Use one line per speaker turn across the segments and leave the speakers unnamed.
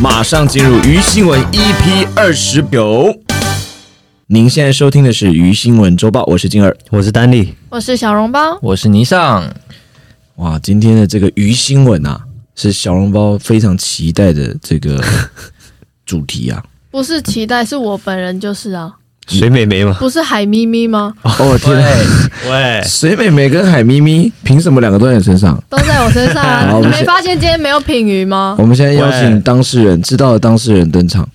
马上进入鱼新闻 EP 二十九。您现在收听的是鱼新闻周报，我是金儿。
我是丹力，
我是小笼包，
我是霓尚，
哇，今天的这个鱼新闻啊，是小笼包非常期待的这个主题啊。
不是期待，是我本人就是啊，
水美眉嘛，
不是海咪咪吗？
哦天啊，
喂，
水美美跟海咪咪凭什么两个都在你身上？
都在我身上啊！
好
你
我们
没
先
发现今天没有品鱼吗？
我们现在邀请
喂
当事人，知道的当事人登场。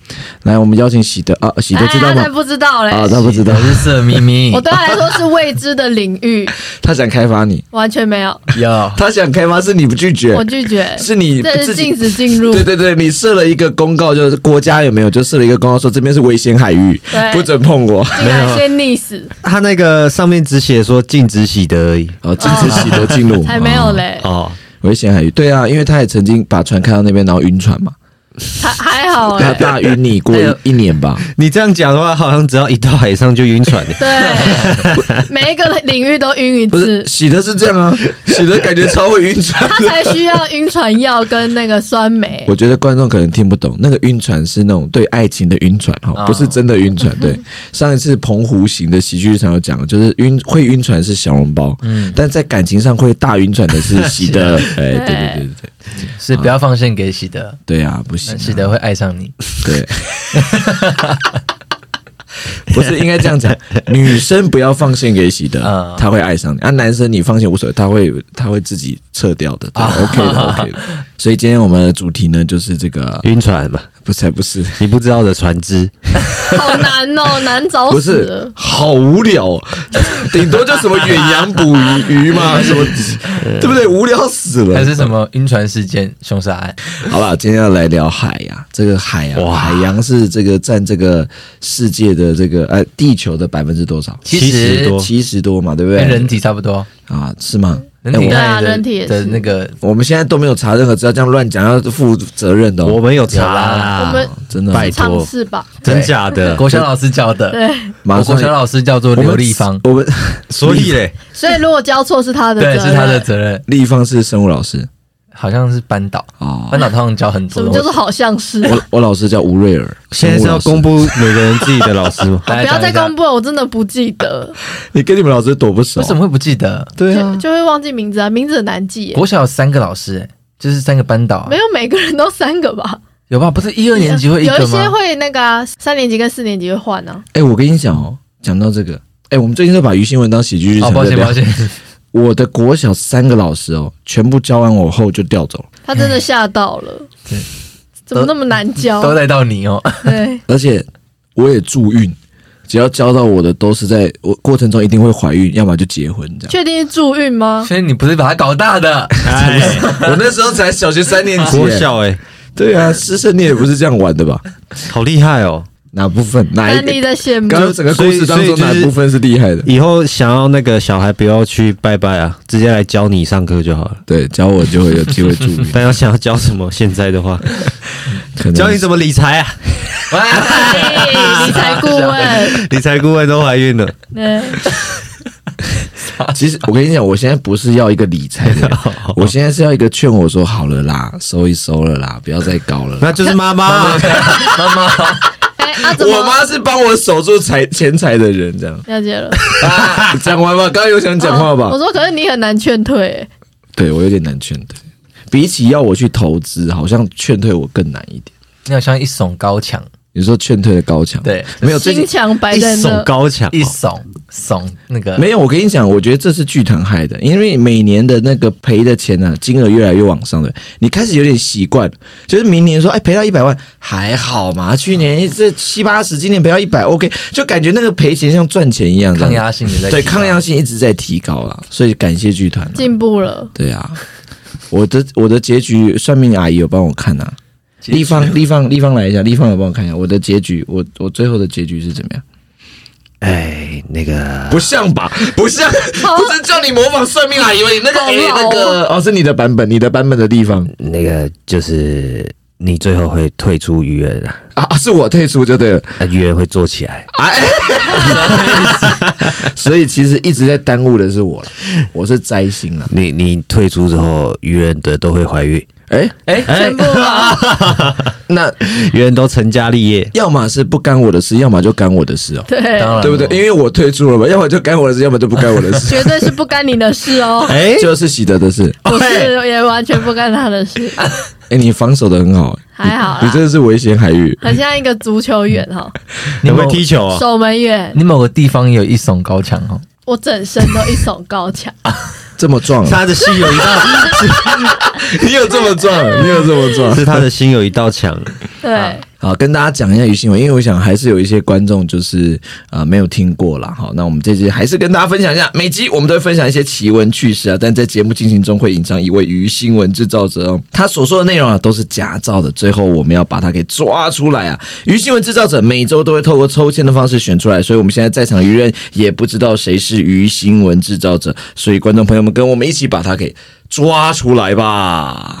来，我们邀请喜德啊，喜德
哎，
知道
他才
吗？
不知道嘞！
啊，他不知道，
我是色眯 眯
我。对他来说是未知的领域，
他想开发你，
完全 没有，
有
他想开发是你不拒绝
我，拒绝，
是你
这
自
是
己
禁。止进入
对。对对，你设了一个公告，就是国家有没有就设了一个公告说这边是危险海域，
对
不准碰我。
进来先溺死，
他那个上面只写说禁止喜得而已。
哦，禁止喜德 进入，
才没有
哦
嘞，
哦，
危险海域。对啊，因为他也曾经把船开到那边，然后晕船嘛，
还还好
他
哎，
大晕你过
哎呦
一一年吧。
你这样讲的话，好像只要一到海上就晕 船。
对， 每一个领域都晕一
不是
次，
喜德是这样啊，喜德感觉超会晕 船
他
的。
才需要晕船药跟那个酸梅
我。觉得观众可能听不懂，那个晕船是那种对爱情的晕船哈，
哦
不是真的晕船。对，上一次澎湖行的喜剧日常有讲，就是晕会晕船是小笼包，嗯，但在感情上会大晕船的是喜德。哎，对对对对对，
是不要放线给喜德，
对啊，不行
那
啊，
喜德会爱上你。
对。 不是应该这样讲，女生不要放线给喜德
啊，
他会爱上你啊。男生你放线无所谓，他会他会自己撤掉的，对，OK 的 OK 的。所以今天我们的主题呢，就是这个，
晕船嘛，
不才不是，
你不知道的船只。
好难哦，难找
不
死
是
了。，
好无聊、哦， 顶多就什么远洋捕鱼鱼嘛，什么，对不对？无聊死
还
了。
是什么晕船事件、凶杀案？
好吧，今天要来聊海呀、这个海啊，
哇
海洋是这个占这个世界的这个呃地球的百分之多少？
其
70
实
多
七十多嘛，对不对？
跟人体差不多，
啊，是吗？
人体
哎
对啊
内的
人体也
的
是
那个
我我们现在都没有查任何资料，这样乱讲要负责任的、
我
哦。
们有查
有啦
我们
真的哦，
拜
尝试吧，
真假的，
国小老师教的。
对。
马
我
上
国小老师叫做
我们
刘立芳，
我们
所以嘞，
所以如果交错是他的责
对，
任，
是他的责任，
立方是生物老师
好像是班导，
啊、哦
班导通常教很
什
多
么
东
叫
西？
做。好像是？
我我老师叫吴瑞尔，
现在是要
生物老
公
师
布每个人自己的老师吗
来
不要
讲
再
一下
公布了，我真的不记得，
你跟你们老师躲不熟
为什么会不记得？
对
就就会忘记名字啊，名字很难记耶。
国小有三个老师，哎就是三个班导啊，
没有每个人都三个吧？
有吧？不是一二年级会一
有
个
一些
吗？
会那个啊，三年级跟四年级会换啊。
哎、我跟你讲哦，讲到这个，哎、我们最近都把于新闻当喜剧日
哦，
常
抱
在
歉
聊。
抱歉，
我的国小三个老师哦，全部教完我后就调走了，
他真的吓到了
对，
怎么那么难教？
都带到你哦。
对，
而且我也助孕，只要教到我的都是在我过程中一定会怀孕，要么就结婚这样。
确定是助孕吗？
所以你不是把他搞大的，
哎，
我那时候才小学三年级，
国小哎，
对啊，师生你也不是这样玩的吧？好
好厉害哦！
哪部分哪一
丹力
个？
在羡
刚刚
慕，
整个故事当中
所以所以就
哪
是
部分是厉害的？
以后想要那个小孩不要去拜拜啊，直接来教你上课就好了。
对，教我就会有机会助孕，
但要想要教什么，现在的话，
可 能
教你怎么理财啊，
哎理财顾问，
理财顾问都怀孕了。
对，
其实我跟你讲，我现在不是要一个理财的 人，我现在是要一个劝我说好了啦，收一收了啦，不要再搞了啦。
那就是妈妈，
妈妈，
哎，啊，怎
我
么
妈是帮我守住财钱财的人， 这样
了解了？
啊讲完吧。刚刚有想讲话吧
我？说，可是你很难劝退耶，
对我有点难劝退，比起要我去投资，好像劝退我更难一点。
你好像一耸高墙，
你说劝退的高墙，
对，
没有最
心
近
墙摆
一
在那
手。高墙，
一耸耸那个，
没有。我跟你讲，我觉得这是剧团害的，因为每年的那个赔的钱呢、啊，金额越来越往上的，你开始有点习惯，就是明年说，哎，赔到一百万还好嘛，去年这七八十，今年赔到一百，OK，就感觉那个赔钱像赚钱一样，这
抗
样
压性的在
对
提高
抗压性一直在提高啦，所以感谢剧团、啊。
进步了，
对啊，我的我的结局，算命阿姨有帮我看呐、啊。
结局
立方立方立方来一下，立方有帮我看一下我的结局，我我最后的结局是怎么样？
哎，那个
不像吧？不像，不是叫你模仿算命阿姨吗？你那个
好
哎、
老哦
那个哦，是你的版本，你的版本的地方
那个就是你最后会退出愚人啊，
啊，是我退出就对了。
啊愚人会做起来。
哎，所以其实一直在耽误的是我了，我是灾星了。
你你退出之后，愚人的都会怀孕，
哎，
哎、
全部 啊，
那
原来都成家立业，
要么是不干我的事，要么就干我的事哦，
对，
当然
对不对？
了
因为我退出了嘛，要么就干我的事，要么就不干我的 事，
绝对是不干你的事哦，
哎，
就是喜德的事。
不是也完全不干他的事，
哎，你防守的很好，
还好
你
啦
真，的是危险海域。
很像一个足球员 哈，
你
你
会
某
踢球啊？
守门员，
你某个地方有一耸高墙哦，
我整身都一手高墙，
啊这么壮，
他的心有一道，
你有这么壮， 你有这么壮
是他的心有一道墙。
对，
好，跟大家讲一下鱼新闻，因为我想还是有一些观众就是呃没有听过啦。好，那我们这集还是跟大家分享一下，每集我们都会分享一些奇闻趣事啊，但在节目进行中会隐藏一位鱼新闻制造者哦，他所说的内容啊都是假造的，最后我们要把他给抓出来啊。鱼新闻制造者每周都会透过抽签的方式选出来，所以我们现在在场的鱼人也不知道谁是鱼新闻制造者，所以观众朋友们跟我们一起把他给抓出来吧。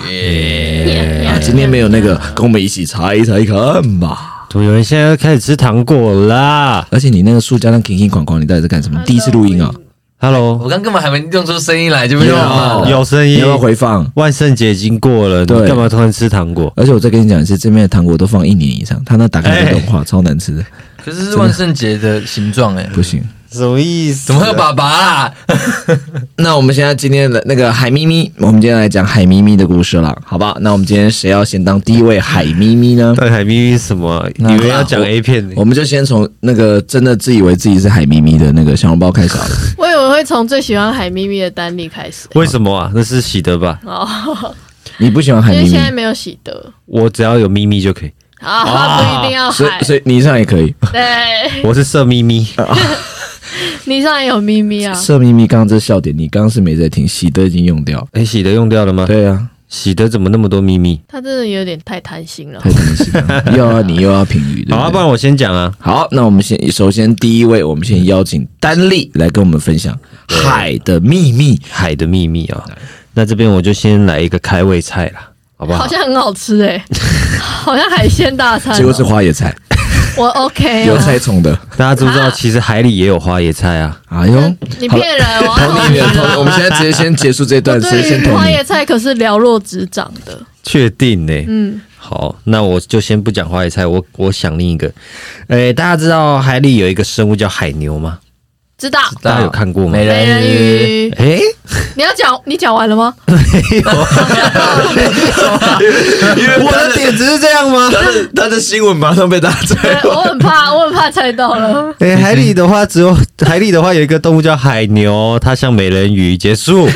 啊，今天没有那个，跟我们一起猜一猜看吧。
怎么有人现在要开始吃糖果啦
而且你那个塑胶那瓶瓶框框，你到底在干什么？第一次录音啊，
？Hello，
我刚根本还没用出声音来 就被
有
骂了。
有声
你
音
要不。要回放？
万圣节已经过了，
对
你干嘛突然吃糖果？
而且我再跟你讲一次，这边的糖果都放一年以上，他那打开的动画超难吃的，
可是是万圣节的形状哎、
不行。
什么意思？啊
怎么会有爸爸啊 啦？
那我们现在今天的那个海咪咪，我们今天来讲海咪咪的故事了，好吧？那我们今天谁要先当第一位海咪咪呢？
到底海咪咪是什么啊？以
那
为要讲 A 片呢
我？们就先从那个真的自以为自己是海咪咪的那个小笼包开始好了。
我以为会从最喜欢海咪咪的丹尼开始
为什么啊？那是喜德吧？
哦，
你不喜欢海
因为
咪
现在
咪，
没有喜德
我只要有咪咪就可以，
啊，不一定要
所
海
以，所以你上也可以。
对，
我是色咪咪。
啊
你上也有咪咪啊，
色咪咪刚刚这笑点，你刚刚是没在听，喜德已经用掉了。
哎，喜德用掉了吗？
对啊，
喜德怎么那么多咪咪？
他真的有点太贪心了
太。贪心 了，啊又要你又要评语，对不对？
好啊，不然我先讲啊。
好，那我们先首先第一位，我们先邀请丹丽来跟我们分享海的秘密。
海的秘密啊、那这边我就先来一个开胃菜啦，好不好？
好像很好吃 哎、好像海鲜大餐哦、
结果是花野菜，
我 OK
有
啊，
菜虫的。
大家知不知道，其实海里也有花椰菜啊？
哎呦，
你
好了
骗人，我要
同
投
你
你
远同，
了。
我们现在直接先结束这段，直接
对
先
于
同
花
你。
椰菜可是寥落指掌的，
确定呢、
嗯，
好，那我就先不讲花椰菜，我我想另一个。诶、大家知道海里有一个生物叫海牛吗？
知道。
大家有看过吗
美
美人
人
鱼，
鱼，
诶、
你要讲你讲完 了吗？
我的点子是这样吗？他的他的新闻马上被大家
对
猜，
我很怕，我很怕猜到了。
诶、哎海里的话只有 海里的话有一个动物叫海牛，它像美人鱼。结 束。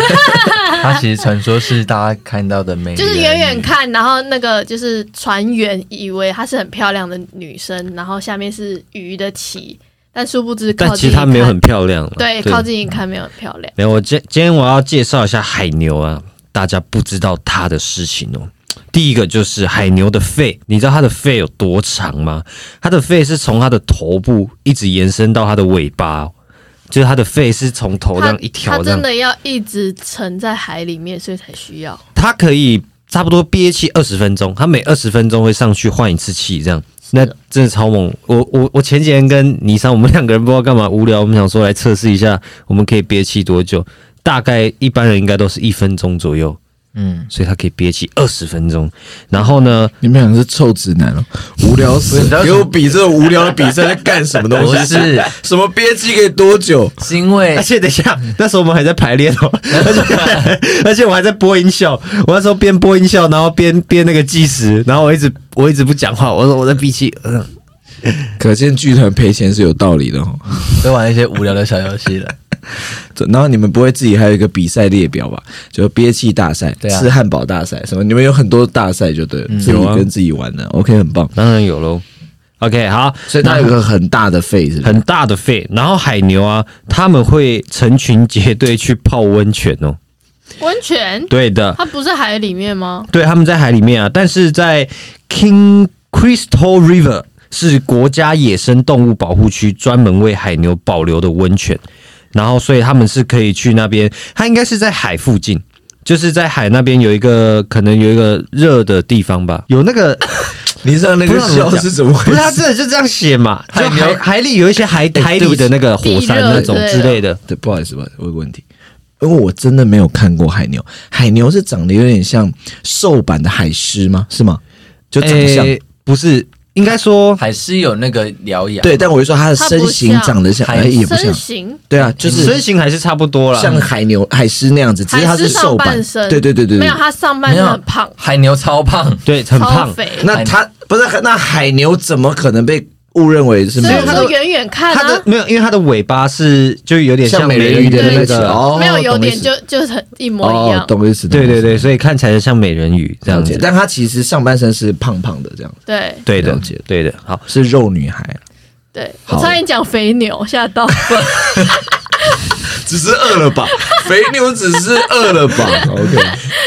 它其实传说是大家看到的美人鱼，
就是远远看，然后那个就是船员以为她是很漂亮的女生，然后下面是鱼的鳍，但殊不知
但
靠
其
近一
实它没有
看
很漂亮啦。
对，靠近一看没有很漂亮。
没有，我今今天我要介绍一下海牛啊，大家不知道它的事情哦。第一个就是海牛的肺，你知道它的肺有多长吗？它的肺是从它的头部一直延伸到它的尾巴、哦，就是它的肺是从头这样一条
它
这样
真，的要一直沉在海里面，所以才需要。
它可以差不多憋气二十分钟，它每二十分钟会上去换一次气，这样。那真的超猛！我我我前几天跟尼桑，我们两个人不知道干嘛无聊，我们想说来测试一下，我们可以憋气多久？大概一般人应该都是一分钟左右。
嗯，
所以他可以憋气二十分钟。然后呢，
你们两个是臭直男哦，无聊死
知道
了！给我比这种无聊的比赛在干什么东 西？
不是
什么憋气可以多久？
是因 为
而且等一下，那时候我们还在排练 哦，而且 而且我还在播音效，我那时候边播音效，然后边边那个计时，然后我一直我一直不讲话，我说我在憋气，嗯，
可见剧团赔钱是有道理的哦。
都玩一些无聊的小游戏了。
这然后你们不会自己还有一个比赛列表吧？就是憋气大赛、
对啊
吃汉堡大赛什么，你们有很多大赛就对了，自己
有啊
跟自己玩的、OK，很棒。
当然有喽。OK，好，
所以它有一个很大的肺，是不是？
很大的肺，然后海牛啊，他们会成群结队去泡温泉哦。
温泉，
对的，
它不是海里面吗？
对，他们在海里面啊，但是在 King Crystal River 是国家野生动物保护区专门为海牛保留的温泉，然后所以他们是可以去那边，它应该是在海附近。就是在海那边有一个可能有一个热的地方吧，有那个
你知道那个
不知
笑
道怎么讲
是怎么
不
回
是
事？
它真的就这样 写嘛？
海
就
牛
哎
海海里有一些海海里的那个火山那种之类的，
啊
对，不好意思，不好意思，我有个问题，因为我真的没有看过海牛。海牛是长得有点像瘦版的海狮吗？是吗？就长相、
诶哎不是，应该说
还是有那个獠牙，
对，但我就说它的
它不
身形
像
长得像，
海
哎，也不
身
像，
形
对啊，就
身
是
形还是差不多啦。
像海牛、海狮那样子，只是它
海
是
狮上
瘦
半
版。
身
对对对对
没
对
有，。他上半
没
身
有啊
很胖，
海牛超胖，
对，很
超
胖。
肥。
那它不是那海牛怎么可能被误认为是
所
没
以
有
我说远远看
它
啊
的，没有，因为它的尾巴是就有点
像
美
人
鱼
鱼的那
对
个
个
形哦，
没有有
懂意
点
思
就就是很一模一
哦
样，。
懂意思，懂
对
意
对
思
对，所以看起来像美人鱼这样
了解
子。。
但它其实上半身是胖胖的，这样
对
对的
了解，
对的。好，
是肉女孩，
对，
好
我差点讲肥牛，吓到。
只是饿了吧？肥牛只是饿了 吧？OK，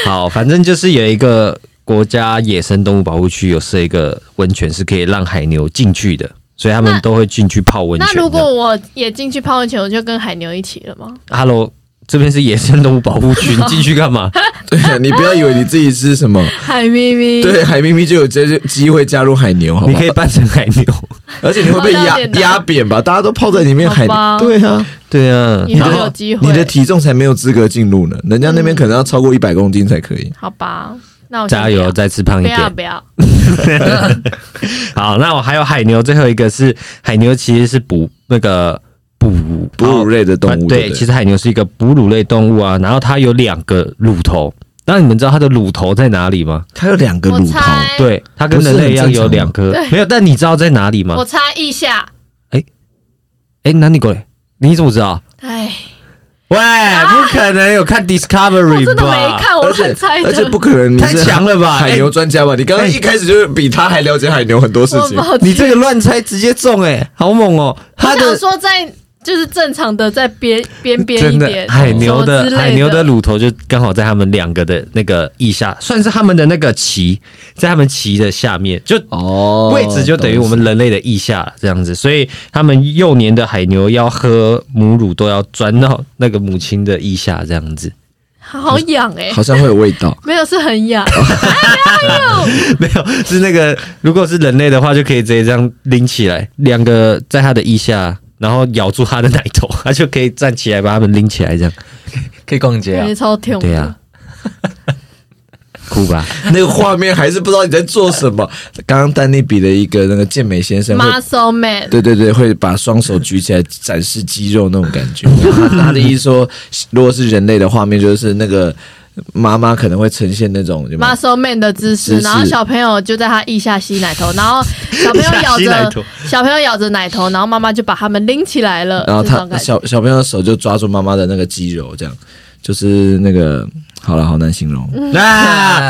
好，反正就是有一个国家野生动物保护区有设一个温泉，是可以让海牛进去的，所以他们
那
都会进去泡温泉
那
这样。
如果我也进去泡温泉，我就跟海牛一起了吗？
Hello，这边是野生动物保护 区，你进去干嘛？
对，啊你不要以为你自己是什么。
海咪咪，
对，海咪咪就有这机会加入海牛，好
你
吧
可？以扮成海牛。
而且你会被
好
压
像有点难
压扁吧？大家都泡在里面海
好吧，
对啊，
对啊，
以后
然后
有机会。
你的体重才没有资格进入呢。人家那边可能要超过一百公斤才可以。
好吧，那我先
加油，再吃胖一
不要
点。
不要
好，那我还有海牛，最后一个是海牛，其实是哺那个哺
哺乳类的动物，
啊对，
不
其实海牛是一个哺乳类动物啊，然后它有两个乳头。那你们知道它的乳头在哪里吗？
它有两个
不要，我
乳头，
猜，
对，它跟人类一样有两颗
哎不
没
是很正常吗，
有。但你知道在哪里
我
吗？
猜一下。
哎，哪里过来？你怎么知道？
哎，
喂，不可能有看 Discovery 吧？
啊我真的没看，我
而
乱
且
猜的。
而且不可能，你
太
是
强了吧
海牛专家吧？哎你刚刚一开始就比他还了解海牛很多事
我
情。
抱歉
你 这个乱猜直接中哎、好猛哦、它
我
的
想说在就是正常的在边边边
真
一
的
点，
海牛
什么之
的
类
海牛的乳头就刚好在他们两个的那个腋下，算是他们的那个鳍，在他们鳍的下面，就
哦
位置就等于我们人类的腋下了这样子。所以他们幼年的海牛要喝母乳都要钻到那个母亲的腋下这样子。
好痒哎、
好像会有味道。
没有是很痒，
没有，是那个如果是人类的话，就可以直接这样拎起来，两个在它的腋下。然后咬住它的奶头，它就可以站起来把它们拎起来，这样
可以逛街
感
啊
觉。超痛。
对呀、酷 吧？
那个画面还是不知道你在做什么。刚刚丹尼比了一个那个健美
啊
先生会
Muscle Man，
对对对，会把双手举起来展示肌肉那种感觉。然后他他的意思说，如果是人类的画面，就是那个妈妈可能会呈现那种有没有
Muscle Man 的姿
姿
势，
势
然后小朋友就在他腋下吸奶头，然后小朋友咬
腋下吸奶
着
头
小朋友咬着奶头，然后妈妈就把他们拎起来了，
然后
这种
他
感觉
小小朋友的手就抓住妈妈的那个肌肉，这样就是那个好了，好难形容。
那、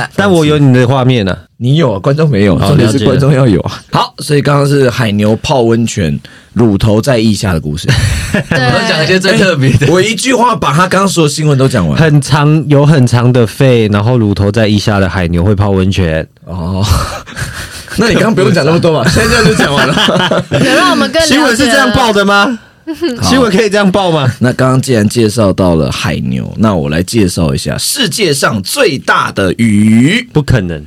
啊但我有你的画面呢、
你有啊，观众没有，
好
重点
了
是
解
观众要有啊。好，所以刚刚是海牛泡温泉，乳头在腋下的 故事。
我都讲
对，
一些最特别的，
我一句话把他刚刚所有新闻都讲完。
很长有很长的肺，然后乳头在腋下的海牛会泡温泉。
哦，那你刚刚不用讲那么 多嘛，现在这样就讲完了。
有让我们更了解
新闻是这样报
了。
的 吗？新闻可以这样报吗？
那刚刚既然介绍到了海牛，那我来介绍一下世界上最大的鱼。
不可能，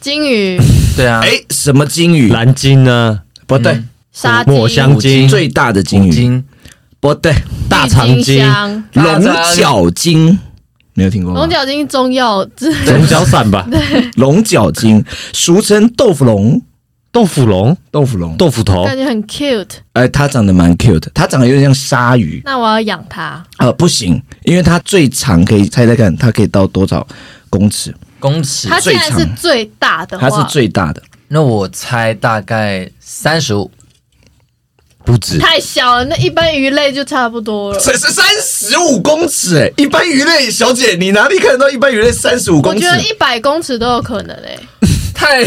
金鱼、
对啊，
哎，什么金鱼？
蓝鲸呢？
不对，
沙
抹香
金、
鲸、
最大的嗯金
五
鱼。
金
不对，
大肠
郁金
鲸、
香、
龙角鲸，没有听
哦
过吗？
龙角鲸中药之
龙角散吧、
龙角鲸，俗称豆腐龙，
豆腐龙、
豆腐龙。
豆腐头
感觉很 cute，
哎，它长得蛮 cute，的它长得有点像鲨鱼。
那我要养它。
呃，不行，因为它最长可以猜猜看，它可以到多少公尺？
公尺，
它既然是
最长
最大的
它
话，
是最大的。
那我猜大概三十五，
不止，
太小了，那一般鱼类就差不多了。
这是三十五公尺哎、一般鱼类小姐，你哪里看得到一般鱼类三十五
我
公尺
觉？得一百公尺都有可能欸诶、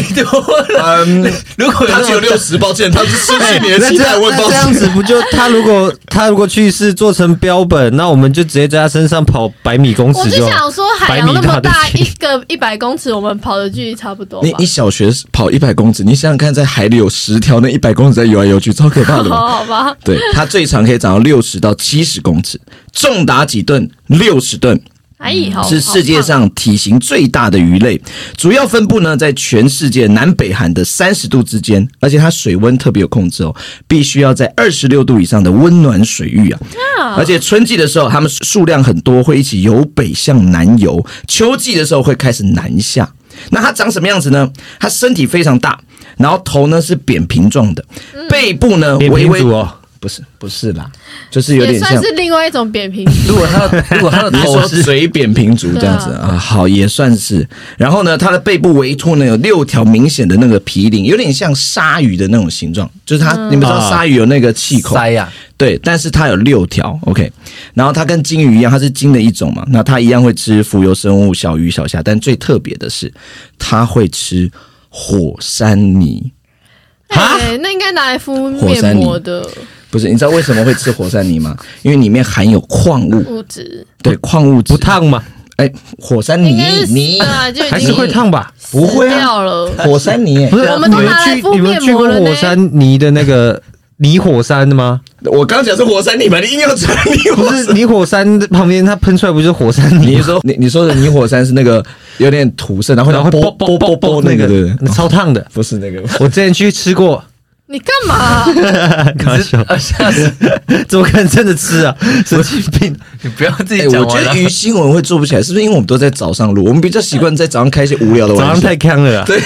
太多了。
嗯，
如果
它只有六十，抱歉，它是失去你的期待，我也
那
抱
这样
歉。
子不就他如 果他如果去世做成标本，那我们就直接在他身上跑百米公
我
尺
就
就
想
好。
说，海洋那么大
百，米
一个一百公尺，我们跑的距离差不多
你
吧
你。小学跑一百公尺，你想想看，在海里有十条那一百公尺在游来游去，超可怕的吧。
好好吧，
对，它最长可以长到六十到七十公尺，重达几吨？六十吨。
哎，好，
是世界
好
上体型最大的鱼类，主要分布呢在全世界南北韩的三十度之间，而且它水温特别有控制哦，必须要在二十六度以上的温暖水域啊。
棒
而且春季的时候，它们数量很多，会一起由北向南游；秋季的时候会开始南下。那它长什么样子呢？它身体非常大，然后头呢是扁平状的，
嗯
背部呢
扁
微
平
微
足哦，
不是不是啦，就是有
也
点
算
像
是另外一种扁平
如果他的如果他的
你
头
说
是
嘴扁平足这样子啊，好也算是。然后呢，它的背部围突呢有六条明显的那个皮鳞，有点像鲨鱼的那种形状，就是它，
嗯
你们知道
啊
鲨鱼有那个气孔，
腮呀，
对，但是它有六条，OK。然后它跟鲸鱼一样，它是鲸的一种嘛，那它一样会吃浮游生物、小鱼、小虾，但最特别的是，它会吃火山泥。
哎，那应该拿来敷
火
面
山泥
膜的
不是，你知道为什么会吃火山泥吗？ 因为里面含有矿物，
物质，
对，矿物质
不。烫吗？
哎，火山泥
应该是
泥
死啊，就
还
已
是
经
会烫吧？
不会啊，
掉了。
火山泥耶。
不是，
我们都
啊你
拿来
去
敷
你们
面
去
膜
过
了
火
呢
山泥的那个泥火山的吗？
我刚讲是火山泥吧，你硬要讲泥
不 是泥火山旁边它喷出来不就是火山泥
你
吗？
说你你说的泥火山是那个有点土色，然后
然后会
啵啵啵啵那
那
个，哦对
个
不对？
超烫的。
不是那个，
我之前去吃过，
你干 嘛？
开玩笑，
啊吓死！
怎么可能真的吃啊？神经病！
你不要自
哎、
己讲
我觉
完了
得。鱼新闻会做不起来，是不是因为我们都在早上录，我们比较习惯在早上开一些无聊的
早
玩
上
笑
太。呛 了啦。
对，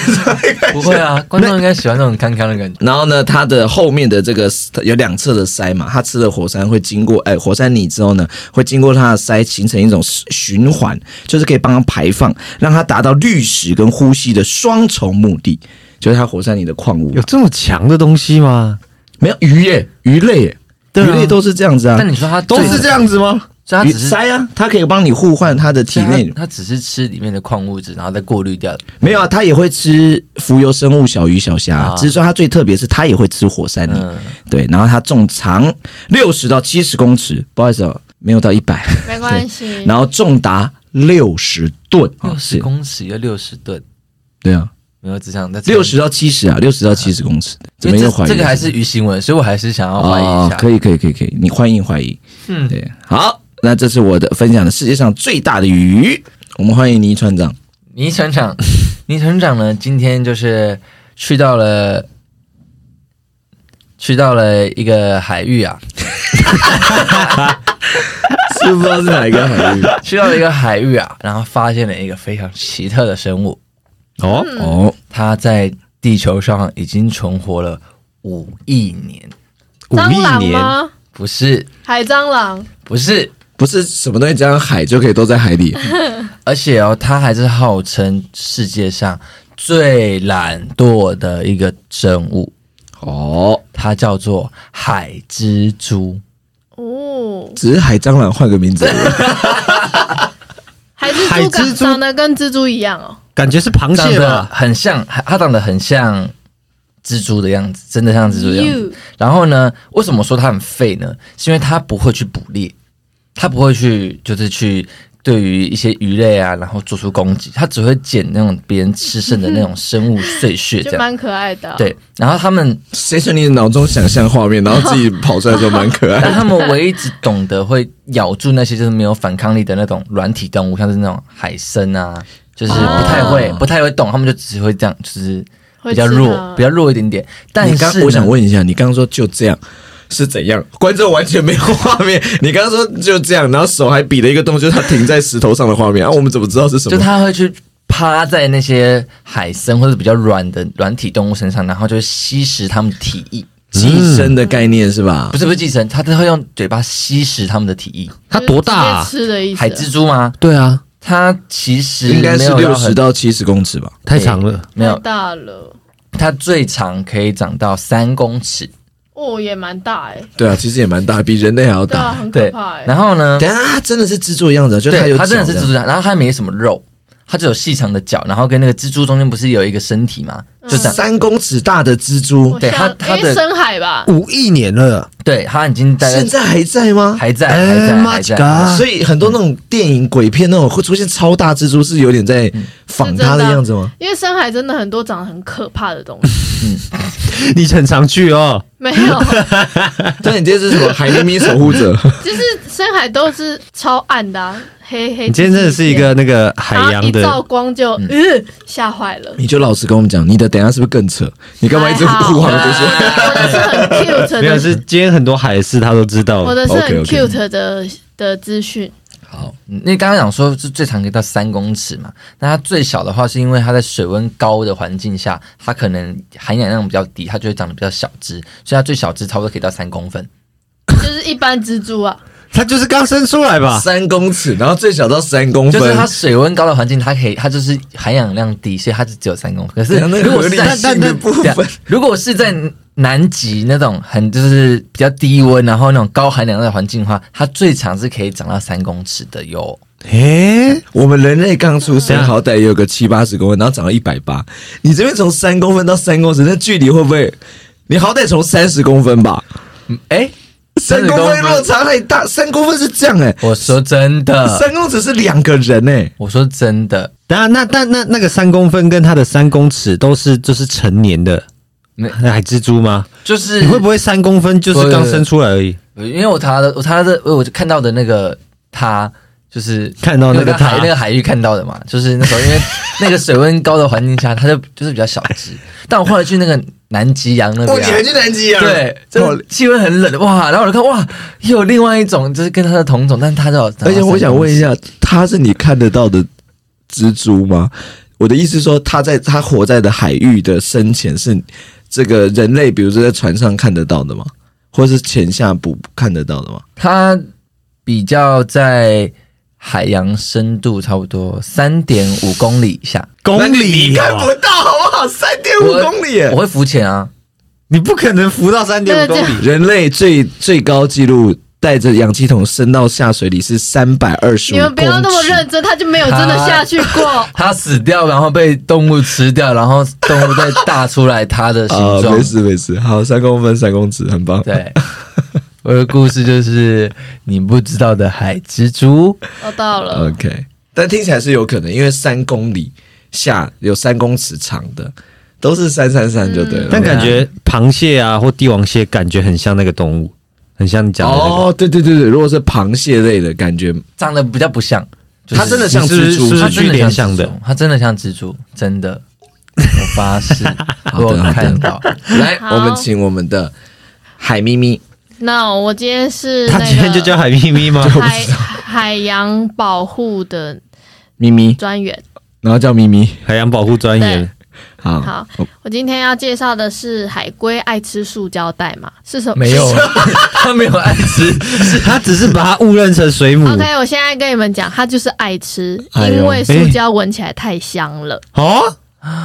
不会啊，观众应该喜欢那种康康的感觉。
然后呢，它的后面的这个有两侧的鳃嘛，它吃了火山会经过，哎，火山泥之后呢，会经过它的鳃形成一种循环，就是可以帮它排放，让它达到滤食跟呼吸的双重目的，就是它火山泥的矿物
有这么强的东西吗？
没有鱼耶，鱼类耶，
对啊
鱼类都是这样子啊。
但你说它
都是这，样子吗？
所以它
鱼
只是啊
鳃啊，它可以帮你互换它的体
所以它
内。
它只是吃里面的矿物质，然后再过滤掉。
没有啊，它也会吃浮游生物、小鱼、小虾、
啊
只是说它最特别是它也会吃火山泥。
嗯，
对，然后它重长六十到七十公尺，不好意思哦，没有到一百。
嗯
没关系。
然后重达六十吨，哦
六十
是
公尺要六十吨，
对啊，
没有只想在
六十，到七十啊，六十到七十公尺，怎
因
么
为
又
哎这
怀疑
这个还是鱼新闻，所以我还是想要怀啊疑一
哦
下。，
可以可以可以可以，你欢迎欢迎。嗯，对，好，那这是我的分享的世界上最大的鱼，我们欢迎倪船长。
倪船长，倪船长呢，今天就是去到了。去到了一个海域啊，
是不知道是哪一个海域？
去到了一个海域啊，然后发现了一个非常奇特的生物，
哦，
嗯
哦，
它在地球上已经存活了五亿年，
五
蟑螂
亿年，
吗？
不是，
海蟑螂，
不是，
不是什么东西加上海就可以都在海里，
而且哦，它还是号称世界上最懒惰的一个生物，
哦，
它叫做海蜘蛛。
哦，
只是海蟑螂换个名字而已。
海蜘
海
蛛
蜘
长
蛛
长得跟蜘蛛一样哦。
感觉是螃
长
蟹
得啊
吧？
很像，它长得很像蜘蛛的样子，真的像蜘蛛的样子。
You
然后呢，为什么说它很废呢？是因为它不会去捕猎，它不会去就是去对于一些鱼类啊，然后做出攻击，它只会捡那种别人吃剩的那种生物碎屑这
就
样。
蛮可爱的、，啊
对，然后他们，
谁说你脑中想象画面，然后自己跑出来的时候蛮可爱
但
的？
他们唯一只懂得会咬住那些就是没有反抗力的那种软体动物，像是那种海参啊，就是不太会、不太会动，他们就只会这样，就是
哦会
比较
吃
弱，
它
比较弱一点点。但
你
是
刚
呢
我想问一下，你刚刚说就这样是怎样？观众完全没有画面。你刚刚说就这样，然后手还比了一个动作，就是他停在石头上的画面。啊，我们怎么知道是什
就
么？
它会去趴在那些海参或者比较软的软体动物身上，然后就会吸食它们的体液，
寄生的概念是吧？
不是不是寄生，它都会用嘴巴吸食它们的体液。
它多大啊？
就是直接吃的意思。
海蜘蛛吗？
对啊，
它其实
应该
没
是
有
六
要很
十到七十公尺吧。
太长了。
没
太
有，
大了，
它最长可以长到三公尺。
哦，也蛮大哎、
对啊，其实也蛮大，比人类还要
对啊，
大。
很可
对
怕哎、，
然后呢？
等一啊下，它真的是蜘蛛的样子啊，就是它
对，
有
它真的
脚
是
这
蜘
样
蛛，然后它没什么肉，它只有细长的脚，然后跟那个蜘蛛中间不是有一个身体吗？就这样。
嗯三公尺大的蜘蛛
我，
对
想
它它的
因为深海吧，
五亿年了，
对他已经待
现
在
在还在吗？啊
还在
哎
还在
妈
还在
吉嘎，
所以很多那种电影鬼片那种会出现超大蜘蛛，是有点在仿它的样子吗？
因为深海真的很多长得很可怕的东西。
你很常去哦。
没有，
但你这是什么海绵咪守护者？
就是深海都是超暗的、啊，黑黑。
你今天真的是一个那个海
然后
洋
一照
的，
光就嗯吓坏 了。
你就老实跟我们讲，你的等一下是不是更扯？你干嘛一直
还好
护航这些？
我的是很 cute
没有
的，
是今天很多海事他都知道
我
了。
的是很
OK，OK
cute 的的资讯。
好，嗯那刚刚讲说是最长可以到三公尺嘛，那它最小的话是因为它在水温高的环境下，它可能含氧量比较低，它就会长得比较小只，所以它最小只差不多可以到三公分。
就是一般蜘蛛啊，
他就是刚生出来吧？
三公尺，然后最小到三公分，
就是它水温高的环境，它可以，它就是含氧量低，所以它就只有三公分。可是
那
如果
合
是
理
在
性的部分
对啊如果是在南极那种很就是比较低温，然后那种高含氧量的环境的话，它最长是可以长到三公尺的哟。
诶，
我们人类刚出
等一
嗯
生，
下
好歹也有个七八十公分，然后长到一百八。你这边从三公分到三公尺，那距离会不会？你好歹从三十公分吧，
哎，
三公分落差太大，三公分是这样哎、
我说真的，
三公尺是两个人哎、
我说真的，
等下那那那那个三公分跟他的三公尺都是就是成年的
没
海蜘蛛吗？
就是
你会不会三公分就是刚生出来而已？
因为我查的，我查的，我看到的那个他，就是
看到那个他
海那个海域看到的嘛，就是那时候因为那个水温高的环境下，它就就是比较小只。但我后来去那个南极洋那
哦，你还
边、啊。
去南极啊？
对，真
哦
的气温很冷哇，然后我就看哇，又有另外一种，就是跟它的同种，但是它叫……
而且我想问一
下，
下，它是你看得到的蜘蛛吗？我的意思是说，它在它活在的海域的深浅是这个人类，比如说在船上看得到的吗？或是潜下捕看得到的吗？
它比较在海洋深度差不多三点五公里以下，
那
公
你
里
你看
哦
不到好不好？三点五
我
公里耶
我！会浮潜啊，。
你不可能浮到三点五公
对
里。
人类最最高纪录带着氧气筒升到下水里是三百二十五
你
公尺。
们不要那么认真，他就没有真的下去 过
它死掉，然后被动物吃掉，然后动物再大出来它的 形
啊、
状。
没事没事，好，三公分三公尺，很棒。
对，我的故事就是你不知道的海蜘蛛。
我到
呃
了，
呃 OK，但听起来是有可能，因为三公里下有三公尺长的，都是三三三就对
嗯
了。嗯
但感觉螃蟹啊或帝王蟹，感觉很像那个动物，很像你讲的那个。
哦，对对对对，如果是螃蟹类的感觉，
长得比较不像，就是、
它真的像
你是
蜘蛛
是不是
它
它
真
去
的像
联
蜘
想的
蛛？，它真的像蜘蛛，真的，我发 誓，我有看到。
来，
好
我们请我们的海咪咪，
那我今天是
他今天
那
就
个
叫海咪咪吗？
海海洋保护的
咪咪，
专员。
然后叫咪咪，
海洋保护专员
对。
好，
好，
哦
我今天要介绍的是海龟爱吃塑胶袋嘛？是什么？
没 有，它没有爱吃。
是他只是把它误认成水母
OK，我现在跟你们讲，它就是爱吃，
哎呦
因为塑胶闻起来太香了。
哦，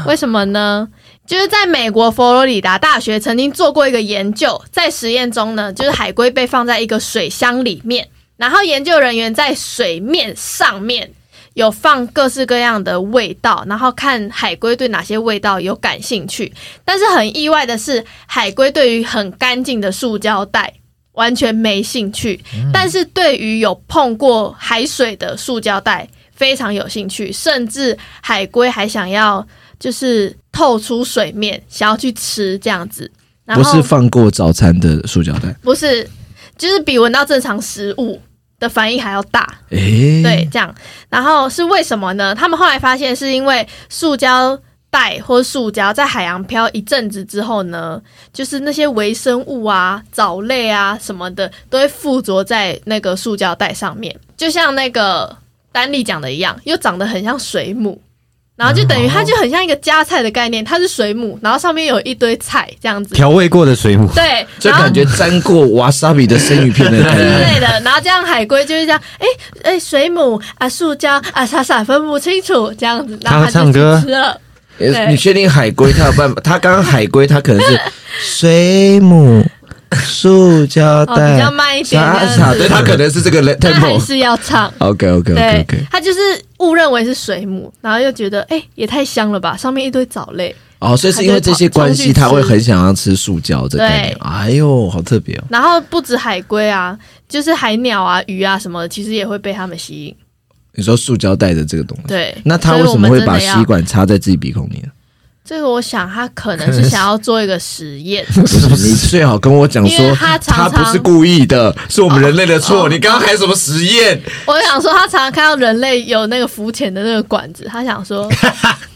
为什么呢？就是在美国佛罗里达大学曾经做过一个研究，在实验中呢，就是海龟被放在一个水箱里面，然后研究人员在水面上面有放各式各样的味道，然后看海龟对哪些味道有感兴趣。但是很意外的是，海龟对于很干净的塑胶袋完全没兴趣，
嗯
但是对于有碰过海水的塑胶袋非常有兴趣，甚至海龟还想要就是透出水面，想要去吃这样子。然
不
后
是放过早餐的塑胶袋，
不是，就是比闻到正常食物的反应还要大。
诶、
对，，这样。然后是为什么呢？他们后来发现是因为塑胶袋或塑胶在海洋漂一阵子之后呢，就是那些微生物啊、藻类啊什么的都会附着在那个塑胶袋上面，就像那个丹利讲的一样，又长得很像水母。然后就等于它就很像一个夹菜的概念，它是水母，然后上面有一堆菜这样子，
调味过的水母。
对，
就
然后。
感觉沾过 wasabi 的生鱼片的感
之
觉。
类的，然 后这样海龟就是这样，哎、哎、水母啊，塑胶啊，傻傻分不清楚这样子，然后它
唱
就
歌
去吃了。
诶
对
你确定海龟它有办法？它刚刚海龟它可能是水母、塑胶
哦比
袋、
较慢一点
傻
这样
傻，
子
对，它可能是这个
但还
tempo。
是要唱。
OK OK
对
OK OK，
他就是误认为是水母，然后又觉得哎、诶也太香了吧，上面一堆藻类，
哦，所以是因为这些关系，
它
他
就会跑
会很想要吃塑胶这概念
对。
哎呦，好特别哦！
然后不止海龟啊，就是海鸟啊、鱼啊什么的，其实也会被它们吸引。
你说塑胶袋的这个东西，
对，
那他
所以
为
我
什么
们
会
真的
把
要
吸管插在自己鼻孔里呢？
这个我想他可能是想要做一个实验，
你最好跟我讲
因为
说，
他常哦常
不是故意的，是我们人类的错。你刚刚还有什么实验？
我想说他常常看到人类有那个浮潜的那个管子，他 想说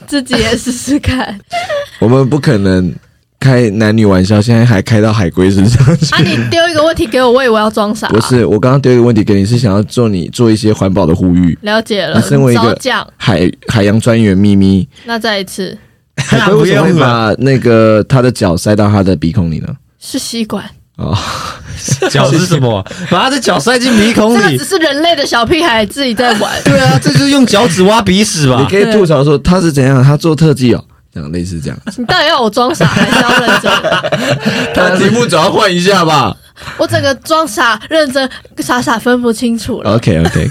自己也试试看。
我们不可能开男女玩笑，现在还开到海龟身 上去。
啊，你丢一个问题给我，我以为要装傻、
不是，我刚刚丢一个问题给你，是想要做你做一些环保的呼吁。
了解
那
了，
身为一个
早讲，
海海洋专员咪咪，
那再一次
海龟为什么会把那个他的脚塞到他的鼻孔里呢？
是吸管，
哦，
脚是什么？把他的脚塞进鼻孔
这个
里。
只。是人类的小屁孩自己在玩
对啊，这就是用脚趾挖鼻屎
你
吧？
可以吐槽说他是怎样，他做特技哦，这样类似这样。
你到底要我装傻还是要认真？
他题目总要换一下 吧。
我整个装傻、认真、傻傻分不清楚了。
OK OK，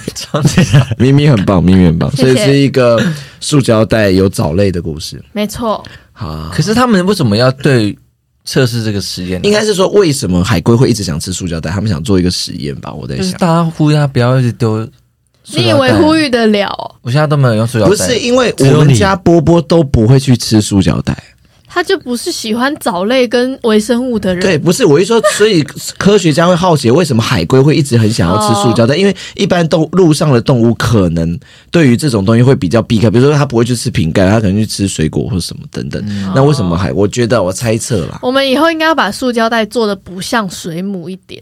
咪咪很棒，咪咪很棒，
谢
所以
谢
是一个塑胶袋有藻类的故事。
没错，
好，
可是他们为什么要对测试这个实验呢？
应该是说为什么海龟会一直想吃塑胶袋？他们想做一个实验吧？我在
就是
想，
大家呼吁他不要一直丢。
你以为呼？吁得了哦？
我现在都没有用塑料
不
袋。
是因为我
只有
们
你
家波波都不会去吃塑胶袋。
他就不是喜欢藻类跟微生物的人。
对，不是我一说，所以科学家会好奇为什么海龟会一直很想要吃塑胶袋，因为一般动路上的动物可能对于这种东西会比较避开，比如说它不会去吃瓶盖，它可能去吃水果或什么等等。那为什么海？我觉得我猜测啦，
我们以后应该要把塑胶袋做的不像水母一点。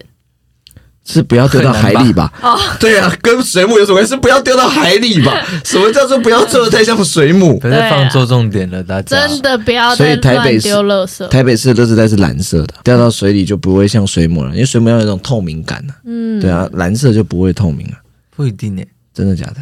是不要丢到海里吧？
哦，
对啊，跟水母有什么关系？是不要丢到海里吧？什么叫做不要做的太像水母？
可是放错重点了，大家。
真的不要
所以
再
台北
乱
市
丢垃圾。
台北市的垃圾袋是蓝色
嗯
的，掉到水里就不会像水母了，因为水母要有一种透明感呢、
嗯，
对啊，蓝色就不会透明了、啊
不一定呢。
真的假的？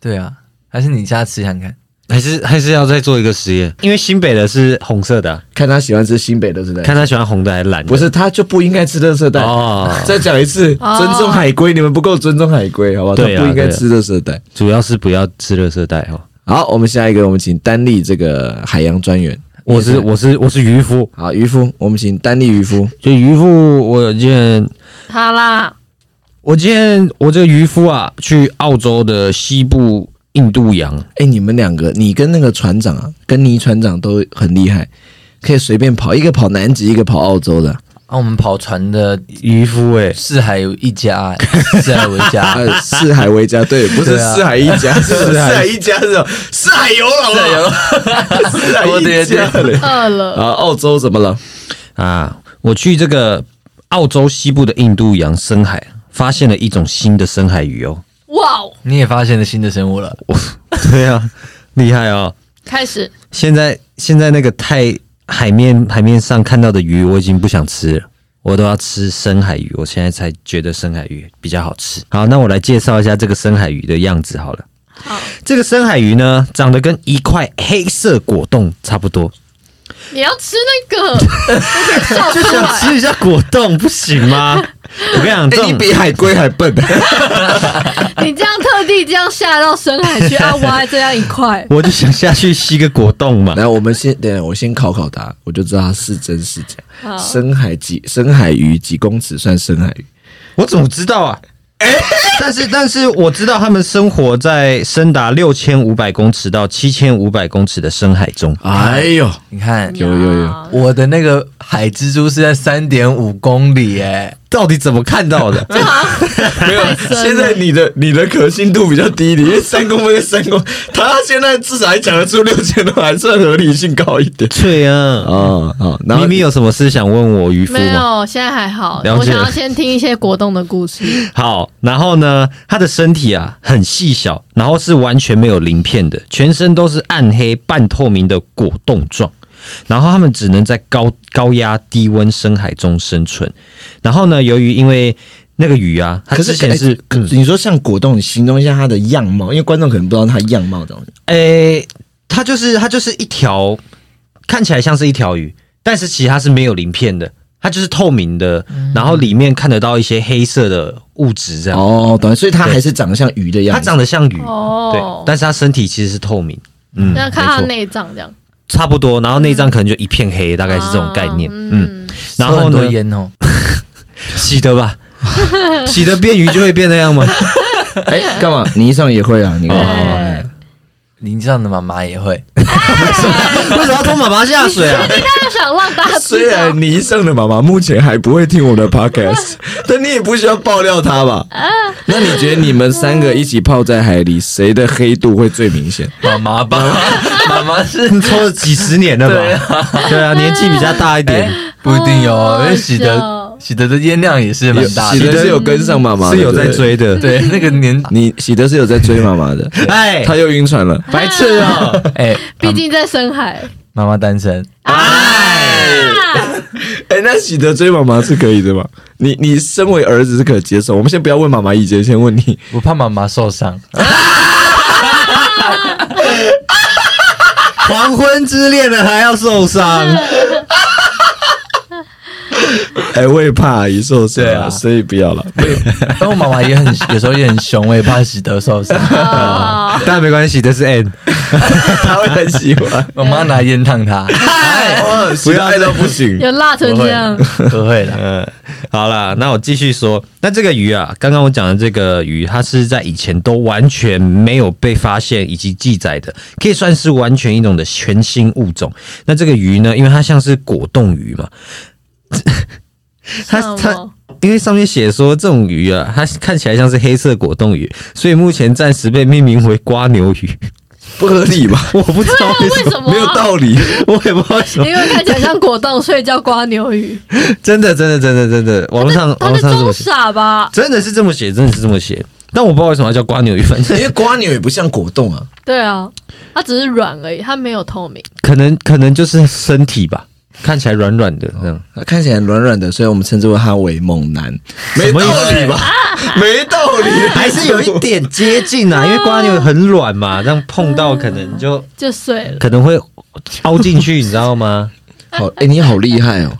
对啊，还是你下次看看。
还是还是要再做一个实验，因为新北的是红色的啊、
看他喜欢吃新北垃圾袋，
看他喜欢红的还是蓝的。
不是他就不应该吃垃圾袋。
哦，
再讲一次，
哦
尊重海龟，你们不够尊重海龟，好吧？他
对啊
不应该吃垃圾袋。
主要是不要吃垃圾袋哦。
好，我们下一个，我们请丹立这个海洋专员。
我是我是我是渔夫，
好渔夫，我们请丹立渔夫。
就渔夫，我有一件
好啦，
我今天我这个渔夫啊，去澳洲的西部印度洋，
哎，你们两个，你跟那个船长啊，跟倪船长都很厉害，可以随便跑，一个跑南极，一个跑澳洲的。
啊，我们跑船的欸
渔夫哎、
四海有一家欸，四海为家，
啊，四海为家，对，不是
对啊
四海一家， 是四海一家是什么四海游了，好不好 四海
我的
一
天
家嘞。
饿了。
啊，澳洲怎么了？
啊，我去这个澳洲西部的印度洋深海，发现了一种新的深海鱼哦。
哇哦，
你也发现了新的生物了。
对啊，厉害哦！
开始
现在现在那个太海面海面上看到的鱼，我已经不想吃了。我都要吃深海鱼，我现在才觉得深海鱼比较好吃。好，那我来介绍一下这个深海鱼的样子好了。
好，
这个深海鱼呢，长得跟一块黑色果冻差不多，
你要吃那个， 笑
就
出
想
来。
吃一下果冻，不行吗？我跟你讲，这
哎，你
种，
比海龟还笨。啊
你这样特地这样下到深海去，要挖这样一块
我就想下去吸个果冻嘛。
来，我们先等一下，我先考考他，我就知道他是真是假。
好
深海几深海鱼几公尺算深海鱼？
我怎么知道啊？但是，但是我知道他们生活在深达六千五百公尺到七千五百公尺的深海中。
哎呦，
你看，
有有有，
啊我的那个海蜘蛛是在三点五公里哎，
到底怎么看到 的？
就好像
没有
太深了
现在你的你的可信度比较低一点，因为三公分跟三公，他现在至少还讲得出六千多，还算合理性高一点。
对啊，
哦，好，然后
咪咪有什么事想问我渔夫
没
吗？
有，现在还好。
了解
我想要先听一些果冻的故事。
好，然后呢，它的身体啊很细小，然后是完全没有鳞片的，全身都是暗黑半透明的果冻状。然后它们只能在高高压、低温深海中生存。然后呢，由于因为那个鱼啊，它
可
之
是
前是嗯
哎可你说像果冻，你形容一下它的样貌，因为观众可能不知道它样貌长什么样。
诶、哎它就是它就是一条看起来像是一条鱼，但是其实它是没有鳞片的，它就是透明的，然后里面看得到一些黑色的物质这样。
哦，懂了，所以它还是长得像鱼的样
它
子。
长得像鱼，
哦
对，但是它身体其实是透明。嗯，
那看
没
它
错
内脏这样，
差不多，然后内脏可能就一片黑，大概是这种概念。嗯，
嗯，
然后
抽很
呢
多，烟哦，
洗的 吧，洗的变鱼就会变那 样吗？
哎，干嘛？你上也会啊？你干嘛
哎
林上的妈妈也会，
为什么要拖妈妈下水啊？
他想让 大家
虽
知道
然倪尚的妈妈目前还不会听 我的 podcast，但你也不需要爆料她吧？
啊
那你觉得你们三个一起泡在海里，谁的黑度会最明显？
妈妈吧，妈妈是
你抽了几十年了
对
吧？对啊，年纪比较大一点
哎，不一定哦，因为喜
好
德
好笑
喜德的烟量也是蛮大
喜
的，
德是有跟上妈妈的，
是有在
对不对。
追的。
对那个 年
你喜德是有在追妈妈的，
哎，
他又晕船了。
白痴啊！
哎，
毕竟在深海
妈妈单身，
啊，
哎、那喜德追妈妈是可以的吗？你你身为儿子是可接受？我们先不要问妈妈意见，先问你。
我怕妈妈受伤，
黄昏之恋了还要受 伤，
哎、我也怕阿姨受伤、
对啊
所以不要了。
但我妈妈也很有时候也很凶，我也怕喜德受 伤，
哦
但没关系，这是 N。
他会很喜欢，
我妈拿烟 烫 他，
哎，不要爱到不行。
有辣成
不
这
会
样，
不会啦，
嗯，好啦，那我继续说。那这个鱼啊，刚刚我讲的这个鱼，它是在以前都完全没有被发现以及记载的，可以算是完全一种的全新物种。那这个鱼呢，因为它像是果冻鱼嘛，它
什
它
么
因为上面写说这种鱼啊，它看起来像是黑色果冻鱼，所以目前暂时被命名为瓜牛鱼。
不合理吧？
我不知道啊为什
为
么，
什么
没有道理。
我也不知道为什么，
因为看起来像果冻，所以叫瓜牛鱼。
真的真的真的真的，网络上
他
网络
在
上这
装
么写，
傻吧？
真的是这么写，真的是这么写。但我不知道为什么要叫瓜牛鱼，反正
因为瓜牛也不像果冻啊，
对啊，它只是软而已，它没有透明。
可能可能就是身体吧，看起来软软的这样。
它看起来软软的，所以我们称之为它为猛男，没道理吧？没道理，
还是有一点接近 啊，因为瓜牛很软嘛，这样碰到可能就
就碎 了。
可能会凹进去， 你知道吗？
好。哎、你好厉害哦！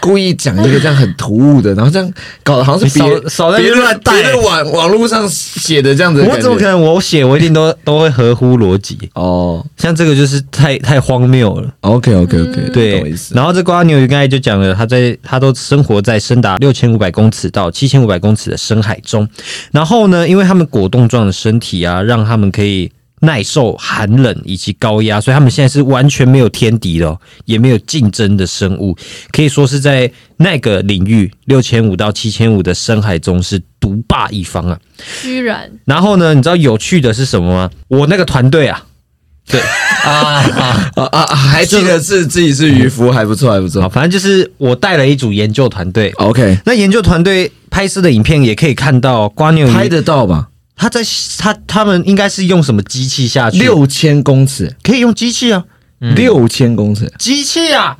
故意讲一个这样很突兀的，然后这样搞得好像是别
你少少在那
别
边乱
人
带
别人网网络上写的这样子的感
我
觉。
怎么可能？我写我一定都都会合乎逻辑，
哦
像这个就是太太荒谬了。
，OK OK OK，
对，
懂我意思。
然后这瓜牛鱼刚才就讲了，它在它都生活在深达六千五百公尺到七千五百公尺的深海中。然后呢，因为它们果冻状的身体啊，让它们可以耐受寒冷以及高压，所以它们现在是完全没有天敌的、哦，也没有竞争的生物，可以说是在那个领域六千五到七千五的深海中是独霸一方啊。
居然
然后呢，你知道有趣的是什么吗？我那个团队啊，
啊，
啊啊，啊还记得是自己是渔夫，还不错，还不
啊，
错。
反正就是我带了一组研究团队。
OK，
那研究团队拍摄的影片也可以看到，瓜牛
拍
鱼
得到吧？
它在它他们应该是用什么机器下去？
六千公尺，
可以用机器啊，
六千公尺，
机器啊！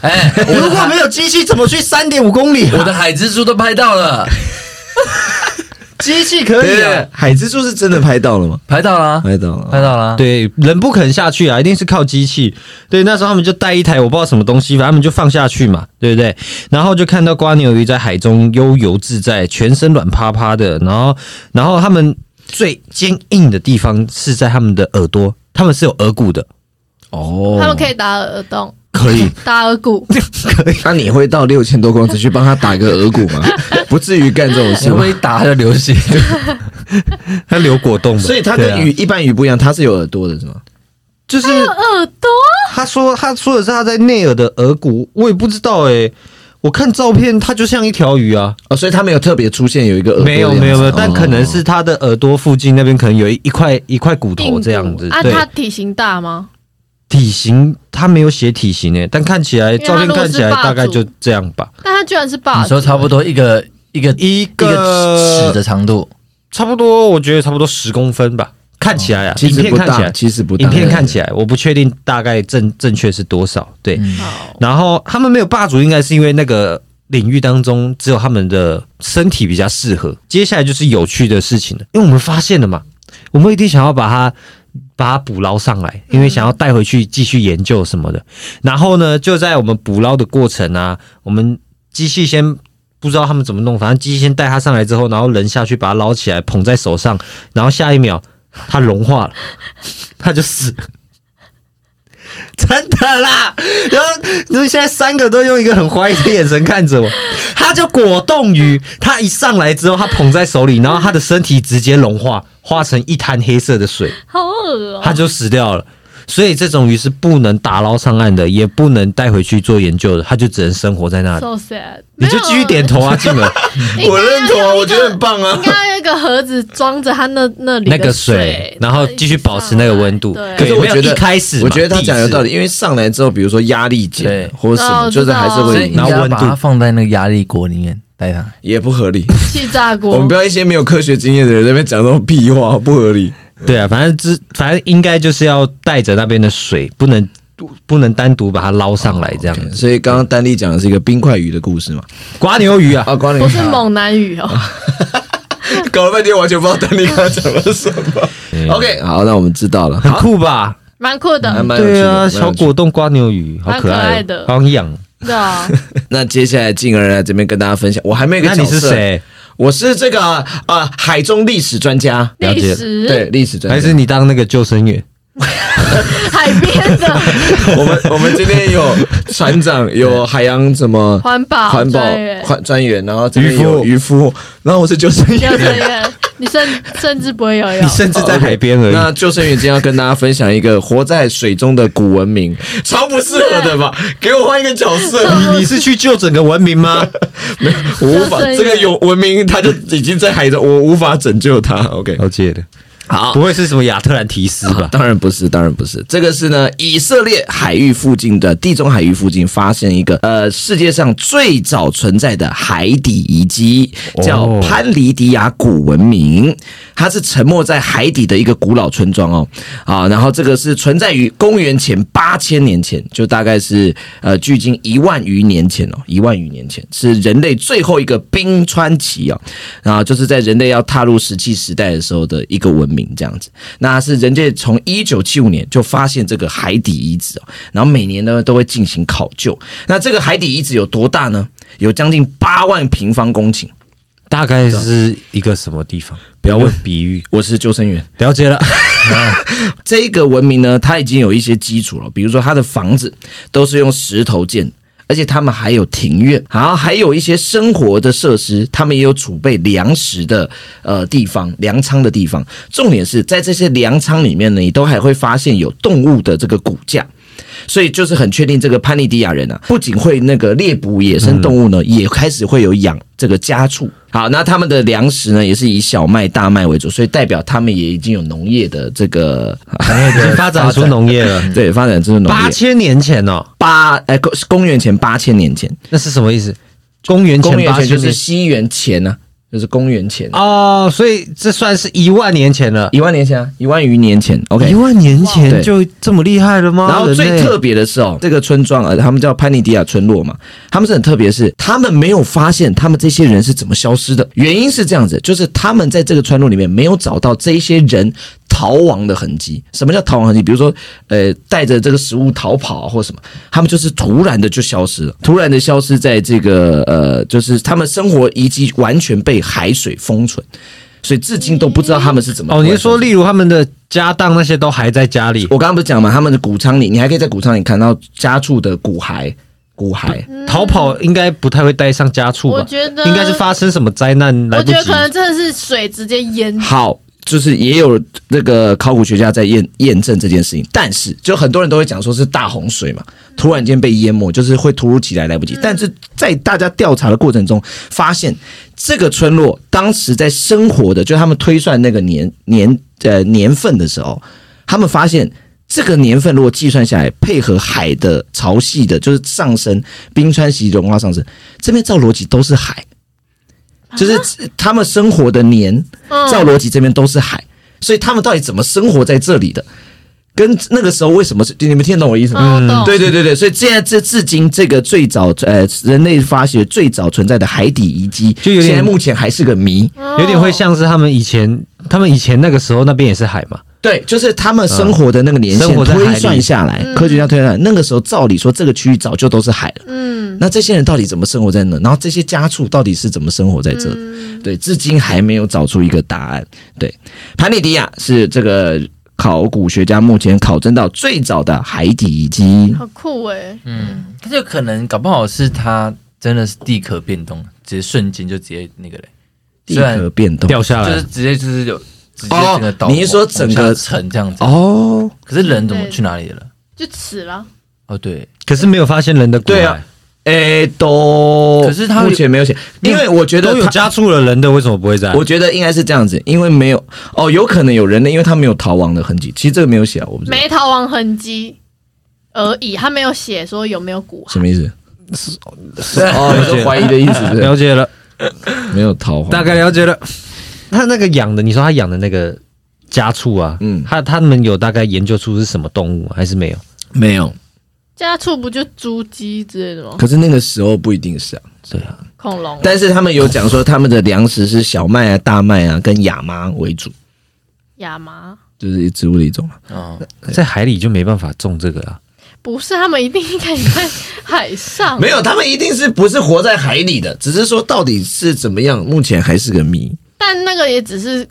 哎，
如果没有机器，怎么去三点五公里、啊
我的海蜘蛛都拍到了，
机器可以啊
对。海蜘蛛是真的拍到了吗？
拍到了，啊
拍到了，
拍到了，
对，人不肯下去啊，一定是靠机器。对，那时候他们就带一台我不知道什么东西，反正他们就放下去嘛，对不对？然后就看到瓜牛鱼在海中悠游自在，全身软趴趴的。然后，然后他们最坚硬的地方是在他们的耳朵，他们是有耳骨的，
哦
他们可以打耳洞，
可以。
打耳 骨，
那你会到六千多公尺去帮他打个耳骨吗？ 不至于干这种
你
事
会不
吧？
会打的流血？
它留果冻 吧，
所以它
对
跟
啊
鱼、一般鱼不一样，它是有耳朵的，是吗？
啊就是
耳朵
他说他说的是他在内耳的耳骨，我也不知道诶、我看照片，它就像一条鱼啊，
哦，所以它没有特别出现有一个耳朵的
没
样子，
有没有没有，
哦
但可能是它的耳朵附近那边可能有一一块一块骨头
硬
哦这样子。
啊，
对，
它体型大吗？
体型它没有写体型诶、但看起来
因为它
照片看起来
如果是霸
大
主
概就这样吧，
但它居然是霸
你说
主，
差不多一个 一个
一
一个尺
个
的长度，
差不多，我觉得差不多十公分吧，看起来啊，
嗯其
影
实
片
不
看起
大，
来。
其实不大，
影片看起来，我不确定大概正正确是多少。对，
嗯
好
然后他们没有霸主，应该是因为那个领域当中只有他们的身体比较适合。接下来就是有趣的事情了，因为我们发现了嘛，我们一定想要把它把它捕捞上来，因为想要带回去继续研究什么的。然后呢，就在我们捕捞的过程啊，我们机器先。不知道他们怎么弄，反正机器先带它上来之后，然后人下去把它捞起来，捧在手上，然后下一秒它融化了，它就死了。 真的啦。然后就是现在三个都用一个很怀疑的眼神看着我，他就果冻鱼，他一上来之后，他捧在手里，然后他的身体直接融化，化成一滩黑色的水，
好恶哦、
他就死掉了。所以这种鱼是不能打捞上岸的，也不能带回去做研究的，它就只能生活在那里。
So sad，
你就继续点头啊，静儿。
没 有，
我认同啊，我觉得很
棒。
棒啊
应。该要有一个盒子装着它那那里
那
个
个水，然后继续保持那个温度。
对，
可是
对
我
没有
觉得
一开始嘛，
我觉得他讲有道
理。
理，因为上来之后，比如说压力
对
减或者什
哦
么，就是还是
所
会
以
影
你
响
然后
要
温
把
度
它放在那个压力锅里面带它。
也不合理。
气炸锅。
我们不要一些没有科学经验的人在那边讲这种屁话，不合理。
对啊，反正之反正应该就是要带着那边的水，不能不能单独把它捞上来这样子。
所以刚刚丹丽讲的是一个冰块鱼的故事嘛？
瓜牛鱼啊，
啊，关
不
你
是猛男 语哦，
搞了半天完全不知道丹丽刚刚讲了什么。OK，好，嗯那我们知 道了。
很
好，
酷吧？
蛮酷
还
的，
蛮有趣
对
的。蛮
啊，
有趣的
小果冻瓜牛鱼，好可
蛮可
爱
爱
哦
的
好想养。
对啊，
那接下来静儿来这边跟大家分享，我还没有一
那
个角
你
色
是？谁？
我是这个啊、呃海中历史专家，
了
历
解
史
对历史专家。
还是你当那个救生员？
海边 的
我们我们今天有船长， 有海洋什么
环保
环保
专员
环专员，然后这边
渔夫
有渔夫，然后我是救生
幼
员。
稚园，你甚甚至不会游泳
你，甚至在海边而
那
已。
救生员今天要跟大家分享一个活在水中的古文明，超不适合 的吧？给我换一个角色，
你你是去救整个文明吗？
我无法
救生员
这个有文明，他就已经在海中，我无法拯救他。OK，
了啊解的，
好，
不会是什么亚特兰提斯吧？
当然不是，当然不是，这个是呢，以色列海域附近的地中海域附近发现一个呃世界上最早存在的海底遗迹，叫
哦
潘尼迪亚古文明，它是沉没在海底的一个古老村庄哦啊，然后这个是存在于公元前八千年前，就大概是呃距今一万余年前哦，一万余年前是人类最后一个冰川期哦，啊，就是在人类要踏入石器时代的时候的一个文明这样子。那是人类从一九七五年就发现这个海底遗址哦，然后每年呢都会进行考究。那这个海底遗址有多大呢？有将近八万平方公顷。
大概是一个什么地方？
不要问
一个比喻，
我是救生员。
了解了。
这个文明呢，它已经有一些基础了，比如说它的房子都是用石头建。而且他们还有庭院，然后还有一些生活的设施，他们也有储备粮食的呃地方、粮仓的地方。重点是在这些粮仓里面呢，你都还会发现有动物的这个骨架，所以就是很确定这个潘尼迪亚人啊，不仅会那个猎捕野生动物呢，也开始会有养这个家畜。好，那他们的粮食呢，也是以小麦、大麦为主，所以代表他们也已经有农业的这个
已经 发展出农业 了。
对，发展就是农
嗯八
业。
千年前哦，
八哎，公公元前八千年前，
那是什么意思？公元
公
前
元
八
前就
千
是
年
西元前呢、就是公元前
哦，所以这算是一万年前了。
一万年前、啊，一万余年前。OK，
一万年
对
前就这么厉害了吗？
然后
人
最
类
特别的是哦，这个村庄呃，他们叫潘尼迪亚村落嘛，他们是很特别，是他们没有发现他们这些人是怎么消失的。原因是这样子，就是他们在这个村落里面没有找到这一些人逃亡的痕迹。什么叫逃亡痕迹？比如说，呃，带着这个食物逃跑啊或什么，他们就是突然的就消失了，突然的消失在这个呃，就是他们生活遗迹完全被海水封存。所以至今都不知道他们是怎么
哦，你
突
是
然消失
说例如他们的家当那些都还在家里，
我刚刚不是讲嘛，他们的谷仓里，你还可以在谷仓里看到家畜的骨骸，骨骸。
逃跑应该不太会带上家畜吧？
嗯我觉得
应该是发生什么灾难来
我
不
觉得
及
可。能真的是水直接淹，
好，就是也有那个考古学家在验验证这件事情，但是就很多人都会讲说是大洪水嘛，突然间被淹没，就是会突如其来来不及。但是在大家调查的过程中，发现这个村落当时在生活的，就他们推算那个年年呃年份的时候，他们发现。这个年份如果计算下来，配合海的潮汐的，就是上升，冰川袭融化上升，这边照逻辑都是海，就是他们生活的年
啊嗯
照逻辑这边都是海，所以他们到底怎么生活在这里的？跟那个时候为什么是？你们听得懂我意思吗？
嗯我懂
对对对对，所以现在这至今这个最早呃人类发现最早存在的海底遗迹，
就有点
现在目前还是个谜。
哦
有点会像是他们以前，他们以前那个时候那边也是海嘛，
对，就是他们生活的那个年
嗯
限
生活在海里
推算下来，科学家推算那个时候，照理说这个区域早就都是海了。嗯，那这些人到底怎么生活在那？然后这些家畜到底是怎么生活在这？对，至今还没有找出一个答案。对，潘尼迪亚是这个。考古学家目前考证到最早的海底遗迹。
好酷哎、
嗯，它就可能搞不好是它真的是地壳变动，直接瞬间就直接那个嘞，
地
虽然
壳变动
哦掉下
就是
来。
直接就是有直接整个倒
哦
往，
你是说整个
往下沉这样子？
哦，
可是人怎么去哪里了？
就死了。
哦，对，
可是没有发现人的骨骸
对啊，诶、都
可是它
目前没有写，因为我觉得
都有
它
加注了人的，为什么不会在？
我觉得应该是这样子，因为没有哦，有可能有人类，因为他没有逃亡的痕迹。其实这个没有写啊，我不知道
没逃亡痕迹而已，他没有写说有没有骨骸。
什么意思。 哦，你说怀疑的意思是不是
了解了，
没有逃亡，
大概了解了。他那个养的，你说他养的那个家畜啊，
嗯
嗯，他他们有大概研究出是什么动物吗还是没有？
没有。
家畜不就猪鸡之类的吗？
可是那个时候不一定是啊，
恐龙。
但是他们有讲说他们的粮食是小麦啊、大麦啊跟亚麻为主，
亚麻
就是植物的一种啊。
哦，
在海里就没办法种这个啊。
不是，他们一定可以在海上。
没有，他们一定是不是活在海里的，只是说到底是怎么样，目前还是个谜。
但那个也只是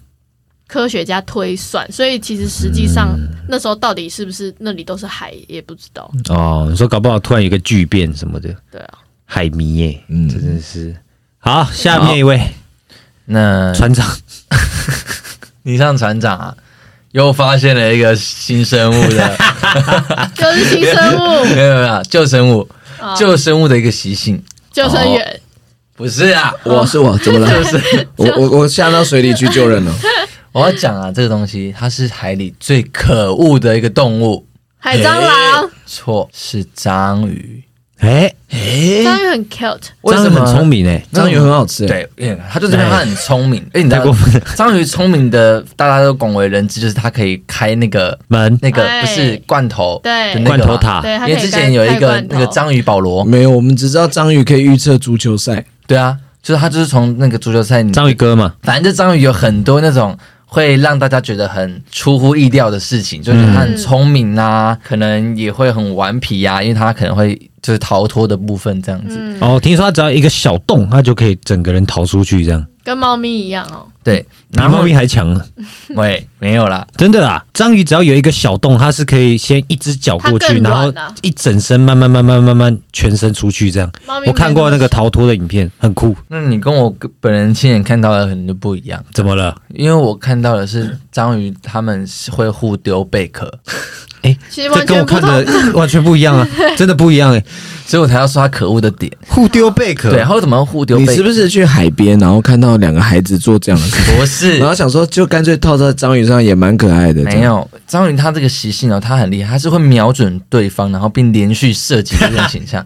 科学家推算，所以其实实际上那时候到底是不是那里都是海也不知道。
哦，你说搞不好突然有个巨变什么的，
对啊，
海迷耶，
嗯
嗯，这真是。好，下面一位
那
船长，
你上船长啊，又发现了一个新生物 的，
就是新生物，
没有没有没有旧生物，
啊
旧生物的一个习性，
救生员，
不是啊，
我哦 是我，怎么了？我我我下到水里去救 人了。
我要讲啊，这个东西它是海里最可恶的一个动物，
海蟑螂，
错是章鱼。
哎，
诶、
章鱼很 cute，
为什
章鱼
么
很聪明哎，
章鱼很好吃、欸，
对，它就是它很聪明。哎，你知
太
道
过分了，
章鱼聪明的，大家都广为人知，就是它可以开那个
门
那个
哎
不是罐头，
对
就那个
罐
嘛
头塔，
对，它可
啊因
以
为之前有一个那个章鱼保罗，
没有，我们只知道章鱼可以预测足球赛。
对啊，就是它就是从那个足球赛里，
章鱼哥嘛，
反正这章鱼有很多那种会让大家觉得很出乎意料的事情，就是它很聪明啊，可能也会很顽皮啊，因为它可能会就是逃脱的部分这样子。
嗯，
哦，听说他只要一个小洞，他就可以整个人逃出去，这样
跟猫咪一样哦。
对，
比
然
猫
后
咪还强呢。
喂，没有啦，
真的啊啦，章鱼只要有一个小洞，它是可以先一只脚过
它
去，
更
然
软
后
啊
一整身慢慢慢慢慢慢全身出去这样。
猫咪
我看过那个
头，
逃脱的影片，很酷。
那你跟我本人亲眼看到的可能就不一样。
怎么了？
因为我看到的是章鱼，他们是会互丢贝壳，
其
这
实完
跟我
全不
看
同。
的 完全不一样啊，真的不一样哎、
所以我才要说它可恶的点。
互丢贝壳，
对，它为什么要互丢
你
贝壳？
是不是去海边，然后看到两个孩子做这样的事，
不是
然？后想说就干脆套在章鱼上也蛮可爱的？这
没
样，
有，章鱼它这个习性哦，它很厉害，它是会瞄准对方，然后并连续射击这种 形象。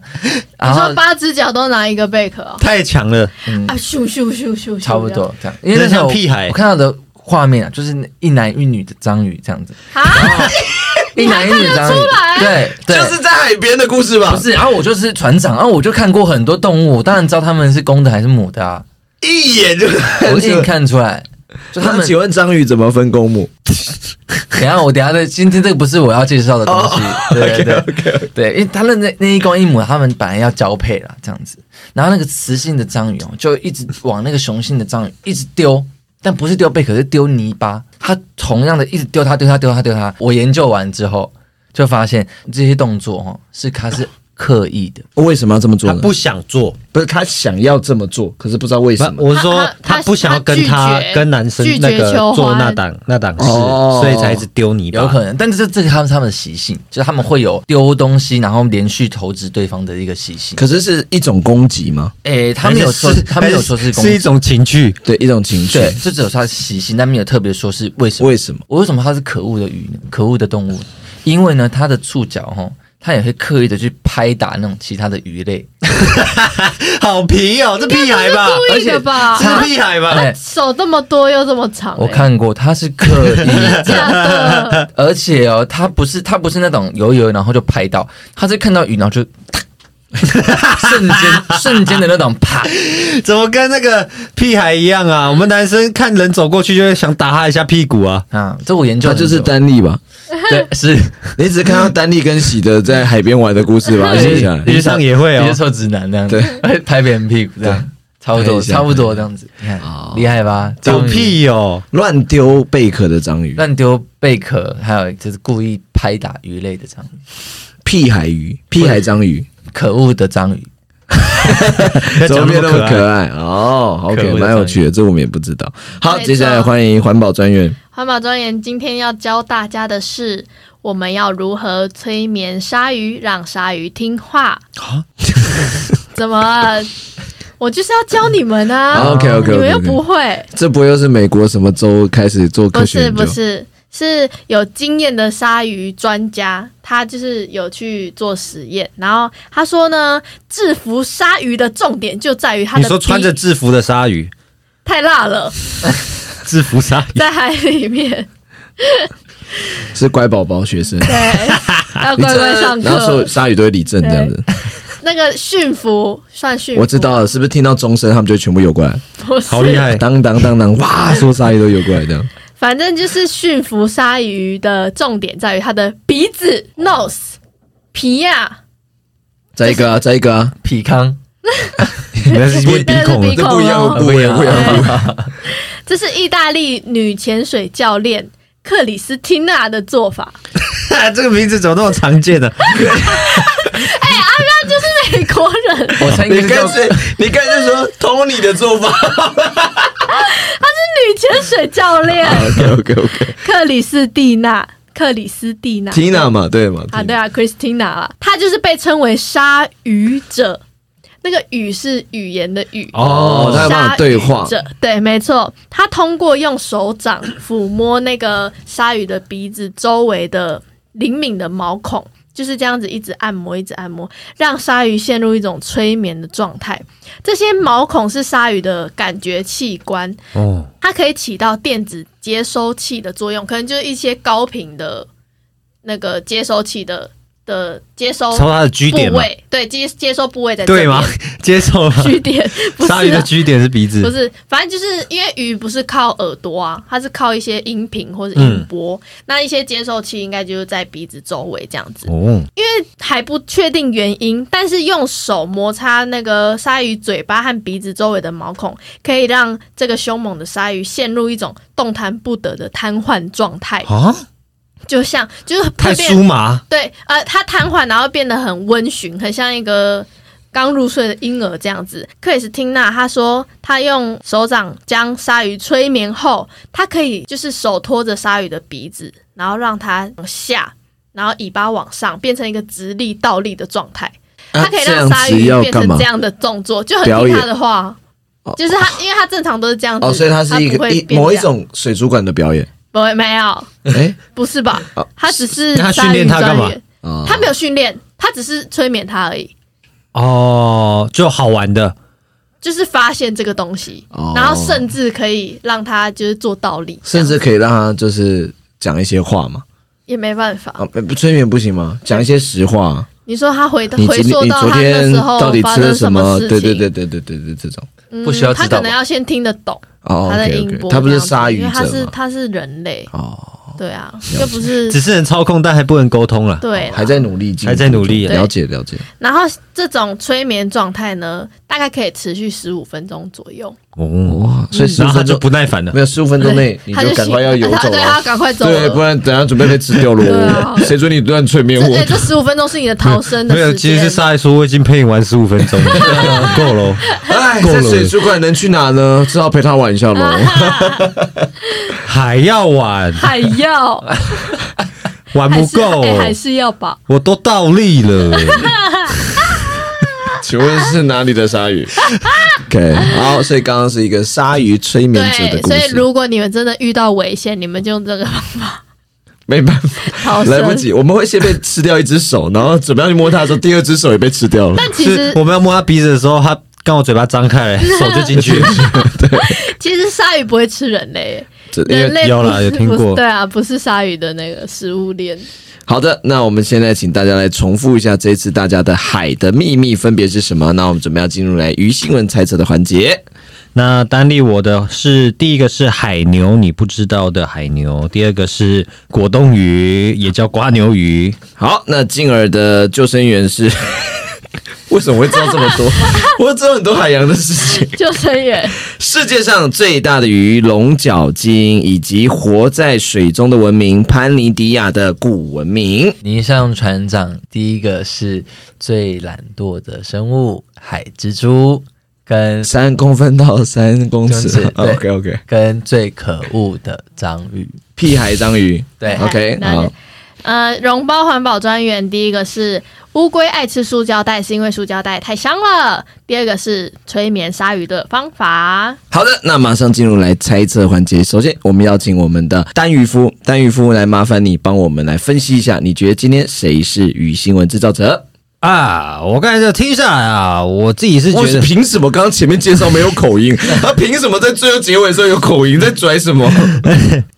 然
你说
后
八只脚都拿一个贝壳哦，
太强了。
啊，咻咻咻咻咻，
嗯差不多这样，因为
真
那
的
时候
像屁孩
我看到的画面啊，就是一男一女的章鱼这样子，
这样啊，
一男一女的章鱼
你还，看
对对。
在海边的故事吧
不是，然后我就是船长，然后我就看过很多动物，我当然知道它们是公的还是母 的啊，
一眼就
我一眼看出来。就他
那
们，
请问章鱼怎么分公母？
等一下我等一下的，今天这个不是我要介绍的东西，对对对，对，因为他们那那一公一母，他们本来要交配了这样子，然后那个雌性的章鱼哦，就一直往那个雄性的章鱼一直丢，但不是丢贝壳，是丢泥巴，它同样的一直丢它丢它丢它丢它，我研究完之后就发现这些动作哦，是它是刻意的，
为什么要这么做
他
呢？
不想做，
不是他想要这么做，可是不知道为什么。
我是说
他他
他不想要跟
他
他
拒绝
跟男生
拒绝
那个
求
做
欢
那档那档事，
哦
所以才一直丢泥巴。
有可能，但是这这个他们是他们的习性，就是他们会有丢东西，然后连续投掷对方的一个习性。
可是是一种攻击吗？
诶、他没有说，他没有说是攻
是一
击，
种情趣。
对，一种情绪。
对，就只有说他习性，但没有特别说是为什么。
为什么？
我为什么它是可恶的鱼呢？可恶的动物，因为呢，它的触角哈，它也会刻意的去拍打那种其他的鱼类，
好皮哦，这屁孩吧，
故意的吧？
这屁孩吧。
哎
手这么多又这么长、
我看过，它是刻 意
哎假 的，
而且哦，它不是它不是那种游一游然后就拍到，它是看到鱼然 后就瞬间瞬间的那种啪，
怎么跟那个屁孩一样啊？我们男生看人走过去就会想打他一下屁股啊。
啊，这我研究
他
很久
就是丹利吧？
对是
你只看到丹利跟喜德 在海边玩的故事吧？
对
接下来
遇上也会哦
一些臭直男那样，
对，
拍别人屁股这样。差不
看
多
一下
差不多这样子，你看
哦
厉害吧？
狗
章鱼
屁哦！
乱丢贝壳的章鱼，
乱丢贝壳，还有就是故意拍打鱼类的章鱼，
屁海鱼，屁海章鱼，
可恶的章鱼。
怎么
讲
变
那
哎那
么
么
可
可
爱？
爱？哦
可恶
，OK，
的
蛮有
章鱼
趣的，这我们也不知道。好，
没
接下来
错
欢迎环保专员。
环
啊
保庄园今天要教大家的是，我们要如何催眠鲨鱼，让鲨鱼听话。 怎么了？我就是要教你们啊！
OK，OK，OK，OK
你们又不会，
这不会又是美国什么州开始做科
不
学
是
研究？
不是，是有经验的鲨鱼专家，他就是有去做实验，然后他说呢，制服鲨鱼的重点就在于它的
你说穿着
鼻
制服的鲨鱼，
太辣 了，
制服鲨鱼，
在海里面，
是乖宝宝学生，
对，要乖乖上
然后所有
课。
鲨鱼都会立正这样子。
那个驯服算驯服，
我知道了，是不是听到钟声他们就全部游过来？
不是
好厉害！
当当当当，哇，所有鲨鱼都游过来这样。
反正就是驯服鲨鱼的重点在于它的鼻子 nose 皮呀、
再一个啊，再一个啊，
皮 康
那是变鼻孔
这
了
是鼻。孔咯
不一样，不一样。不一样
这是意大利女潜水教练克里斯汀娜的做法。
这个名字怎么那么常见呢？
美哎国人，
我猜应该
你
是
干
叫
脆，你干脆说 Tony 的做法。
女潜水教练
OK OK OK。
克里斯蒂娜，克里斯蒂娜
Tina 嘛，对嘛？
啊，对啊，Christina 啊，她就是被称为鲨鱼者，那个语是语言的语。
哦，他
鲨
要
鱼
帮你对话。
者对，没错，他通过用手掌抚摸那个鲨鱼的鼻子周围的灵敏的毛孔，就是这样子一直按摩，一直按摩，让鲨鱼陷入一种催眠的状态。这些毛孔是鲨鱼的感觉器官，
哦，
它可以起到电子接收器的作用，可能就是一些高频的那个接收器的的接收
从它的 G
部
点嘛，
位，对接接收部位在这
对吗
边？
接受吗？
？G 点不是啊
鲨鱼的 G 点是鼻
不
子，
是，反正就是因为鱼不是靠耳朵啊，它是靠一些音频或者音波，
嗯
那一些接受器应该就是在鼻子周围这样子。
哦，
还不确定原因，但是用手摩擦那个鲨鱼嘴巴和鼻子周围的毛孔，可以让这个凶猛的鲨鱼陷入一种动弹不得的瘫痪状态，
啊，
就像就是
太
会
酥
变
麻，
对，呃，它瘫痪，然后变得很温驯，很像一个刚入睡的婴儿这样子。克里斯汀娜她说，她用手掌将鲨鱼催眠后，她可以就是手托着鲨鱼的鼻子，然后让它往下，然后尾巴往上，变成一个直立倒立的状态。它
啊
可以
这
让
样
鲨
子
鱼
要
变
干
成
嘛
这？样的动作，就很
表
听
演
他的话
哦。
就是他，因为他正常都是这样子，
哦，所以它是一个
不会
一
变
某一
这样
种水族馆的表 演。
不会没有，
哎，
不是吧？他只是
那他训练
鲨
他
鱼
干嘛
专业
啊
他没有训练，他只是催眠他而已，
哦，就好玩的，
就是发现这个东西，
哦
然后甚至可以让他就是做倒立，
甚至可以让他就是讲一些话嘛。
也没办法。
啊，不催眠不行吗？讲一些实话。
你说他回到
你
回
今
溯
你
到
昨
他那
天
时候
到底
发
吃了
生
什
么事情，
对对对对对对对，这种。
嗯
不需要知道
他可能要先听得懂
哦
他的音
，OK OK，
波这样子，
他不是鲨鱼
因为他是
者吗？
他是人类，
哦，
对啊，又不是
只是能操控，但还不能沟通了。
对啦啊
还在努力进步，
还在努力啊
了解了解。
然后这种催眠状态呢，大概可以持续十五分钟左右，
哦，
哇，所以十
然
五
后他
分
就
钟
不耐烦了
没。有十五分钟内你
嗯他就
赶快
醒
要游
他
走
对，他要
了，
赶快走了，
对，不然等下准备被吃掉
对啊
喽。谁准你突然催眠
这对
我？
这十五分钟是你的逃生的
没有，
时
其实
间
是。鲨鱼说我已经配完十五分钟 了，够了。
哎，
够
在
了
水族馆能去哪呢？只好陪他玩一下喽。
啊
还要玩，
还 要
玩
还
不
是
够，哦
哎还是要吧？
我都倒立了。
请问是哪里的鲨鱼 ？OK，好，所以刚刚是一个鲨鱼催眠者的
对，
故
所以
事，
如果你们真的遇到危险，你们就用这个 方法
没办 法。
逃生。
来不及，我们会先被吃掉一只手，然后准备要去摸它的时候，第二只手也被吃掉了。
但其
是
实
我们要摸他鼻子的时候，他刚好嘴巴张 开来，手就进去了。
其实鲨鱼不会吃人类，
这因
人
为
类
有
不
啦
是
有听过
不是对啊，不是鲨鱼的那个食物链。
好的，那我们现在请大家来重复一下这次大家的海的秘密分别是什么？那我们准备要进入来鱼新闻猜测的环节。
那单立我的是第一个是海牛，你不知道的海牛；第二个是果冻鱼，也叫瓜牛鱼。
好，那静儿的救生员是 为什么会知道这么多？ 我知道很多海洋的事情。
救 生员，
世界上最大的鱼——龙角鲸，以及活在水中的文明——潘尼迪亚的古文明。
泥上船长第一个是最懒惰的生物海蜘蛛，跟
三公分到三公
就是
尺。
对
OK OK，
跟最可恶的章鱼。
屁孩章鱼。
对
OK，
那
好，
呃，绒包环保专员，第一个是乌龟爱吃塑胶袋，是因为塑胶袋太香了；第二个是催眠鲨鱼的方法。
好的，那马上进入来猜测环节。首先，我们邀请我们的丹渔夫，丹渔夫来麻烦你帮我们来分析一下，你觉得今天谁是鱼新闻制造者？
啊，我刚才就听下来啊，我自己是觉得
凭什么刚刚前面介绍没有口音？他凭什么在最后结尾的时候有口音？在拽什么？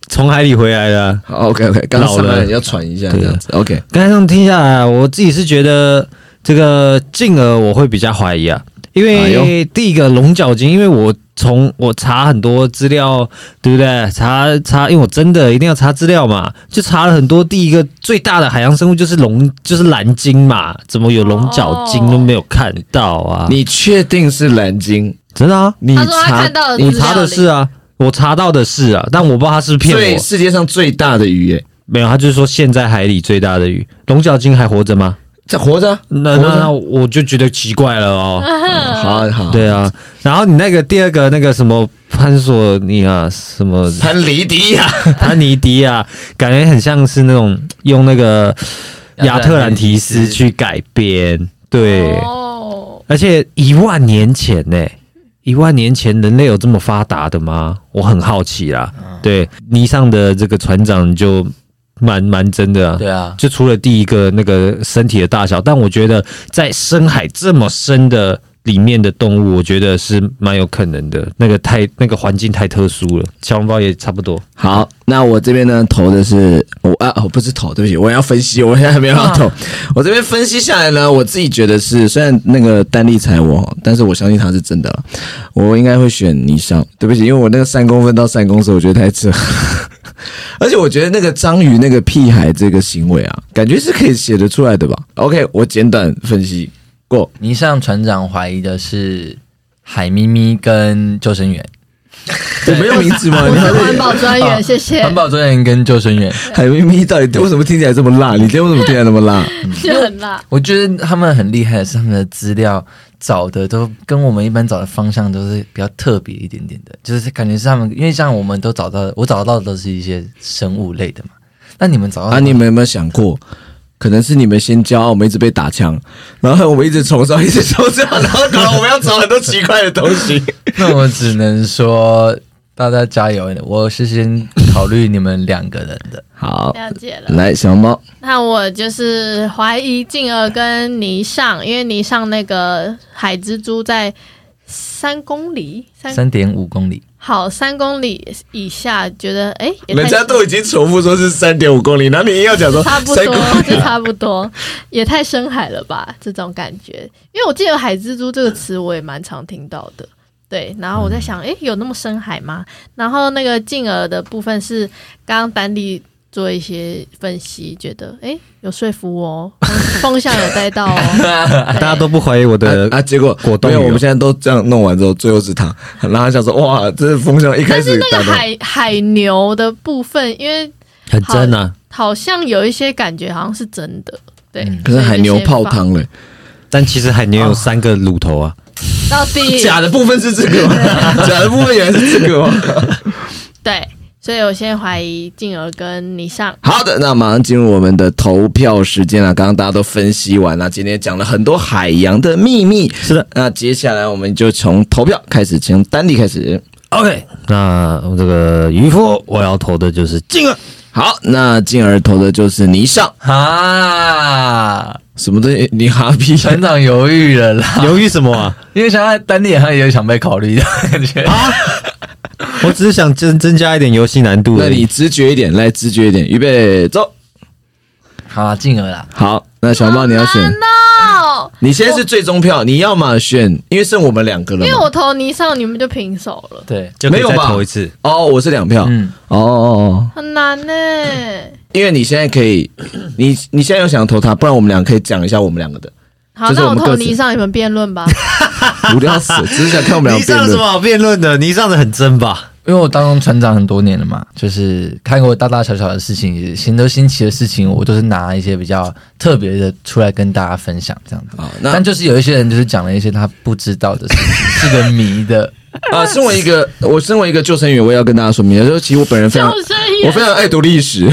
从海里回来的啊。
好，OK OK，刚刚上
老
来
了
要喘一下这样子，OK。
刚才这样听下来啊，我自己是觉得这个进而我会比较怀疑啊，因
哎
为
呦
第一个龙角鲸，因为我从我查很多资料，对不对？查查，因为我真的一定要查资料嘛，就查了很多。第一个最大的海洋生物就是龙，就是蓝鲸嘛，怎么有龙角鲸都没有看到啊？
你确定是蓝鲸？
真的啊？
你
他说他
查
看到了
我
资料
查的
里
是啊，我查到的是啊，但我不知道他是不是骗
最
我。
世界上最大的鱼、耶，
没有，他就是说现在海里最大的鱼，龙角鲸还活着吗？
这活着啊、
那
活着
那那我就觉得奇怪了哦。
嗯好啊好啊，
对啊，然后你那个第二个那个什么潘索尼啊，什么
潘尼迪亚，
潘尼迪啊，感觉很像是那种用那个亚特兰提斯去改编，对，
哦，
而且一万年前呢、一万年前人类有这么发达的吗？我很好奇啦。对，尼上的这个船长就蛮蛮真的啊。
对啊，
就除了第一个那个身体的大小，但我觉得在深海这么深的里面的动物，我觉得是蛮有可能的。那个太那个环境太特殊了，小笼包也差不多。
好，那我这边呢投的是我啊，我不是投，对不起，我要分析，我现在还没有要投。我这边分析下来呢，我自己觉得是，虽然那个丹利踩我，但是我相信他是真的了。我应该会选尼尚，对不起，因为我那个三公分到三公尺，我觉得太扯。 而且我觉得那个章鱼那个屁孩这个行为啊，感觉是可以写得出来的吧？OK，我简短分析过。
泥上船长怀疑的是海咪咪跟救生员，
我没有名字吗？
我
你
是
还
环保专
啊
员，谢谢
环，保专员跟救生员，
海咪咪到底为什么听起来这么辣？你今天为什么听起来那么辣？
就很辣。
我觉得他们很厉害的是，他们的资料找的都跟我们一般找的方向都是比较特别一点点的，就是感觉是他们，因为像我们都找到，我找到的都是一些生物类的嘛。那你们找到
啊，
的
你们有没有想过，可能是你们先骄傲，我们一直被打枪， 然后我们一直冲撞，一直冲撞，然后搞得我们要找很多奇怪的东西。
那我只能说大家加油！我是先考虑你们两个人的，
好，
了解 了，
来小猫，
那我就是怀疑进而跟泥上，因为泥上那个海蜘蛛在三公里，三
三点五 公里，
好三公里以下，觉得哎，也太
人家都已经重复说是三点五公里，然后你硬要讲 说
差不
三公
多，
里
就差不多，也太深海了吧，这种感觉。因为我记得“海蜘蛛”这个词，我也蛮常听到的。对，然后我在想，诶，有那么深海吗？然后那个进而的部分是刚刚丹力做一些分析，觉得诶，有说服我 哦，风向有带到 哦，
大家都不怀疑我的
啊啊！结果
果冻
没有，
鱼哦
我们现在都这样弄完之后，最后是他，然后他想说哇，这是风向一开
但是
始
那
打
个
的。
海海牛的部分，因为
很真啊，
好像有一些感觉好像是真的，对。
嗯
可是海牛
所以就
泡
先放
汤了，
但其实海牛有三个乳头啊。
到底
假的部分是这 个吗？假的部分原来是这个吗？
对，所以我先怀疑进而跟你上。
好的，那马上进入我们的投票时间了。刚刚大家都分析完了，今天讲了很多海洋的秘密。
是的，
那接下来我们就从投票开始，从丹力开始。
OK，那我这个渔夫我要投的就是进而。
好，那进而投的就是倪尚，
啊，
什么东西？你哈皮？
船长犹豫了啦，
犹豫什么啊？
因为想要丹尼好像也有想被考虑的感 觉。
我只是想增增加一点游戏难度
那
而已
你。直觉一点，来直觉一点，预备走。
好啊，进而啦，
好，哦那小猫你要选，
no，
你现在是最终票，你要么选，因为剩我们两个了
因为
嘛。
我投你上，你们就平手了，
对，
就可以
没有
再
吧
投一次。
哦，我是两票。
嗯，
哦哦
很难呢、
哦，因为你现在可以，你你现在有想投他，不然我们俩可以讲一下我们两个的。
好，
就是
那
我
我
们
投
各自
泥上你们辩论吧。
无聊死了，只是想看我们
你
俩辩
上有什
论。
么好辩论的？你上的很真吧？
因为我当船长很多年了嘛，就是看过大大小小的事情，也行都新奇的事情，我都是拿一些比较特别的出来跟大家分享这样子。
好，那
但就是有一些人就是讲了一些他不知道的事情，是个谜的。
啊，身为一个我身为一个救生员，我也要跟大家说明，就是其实我本人非常
救生
我
员
非常爱读历史。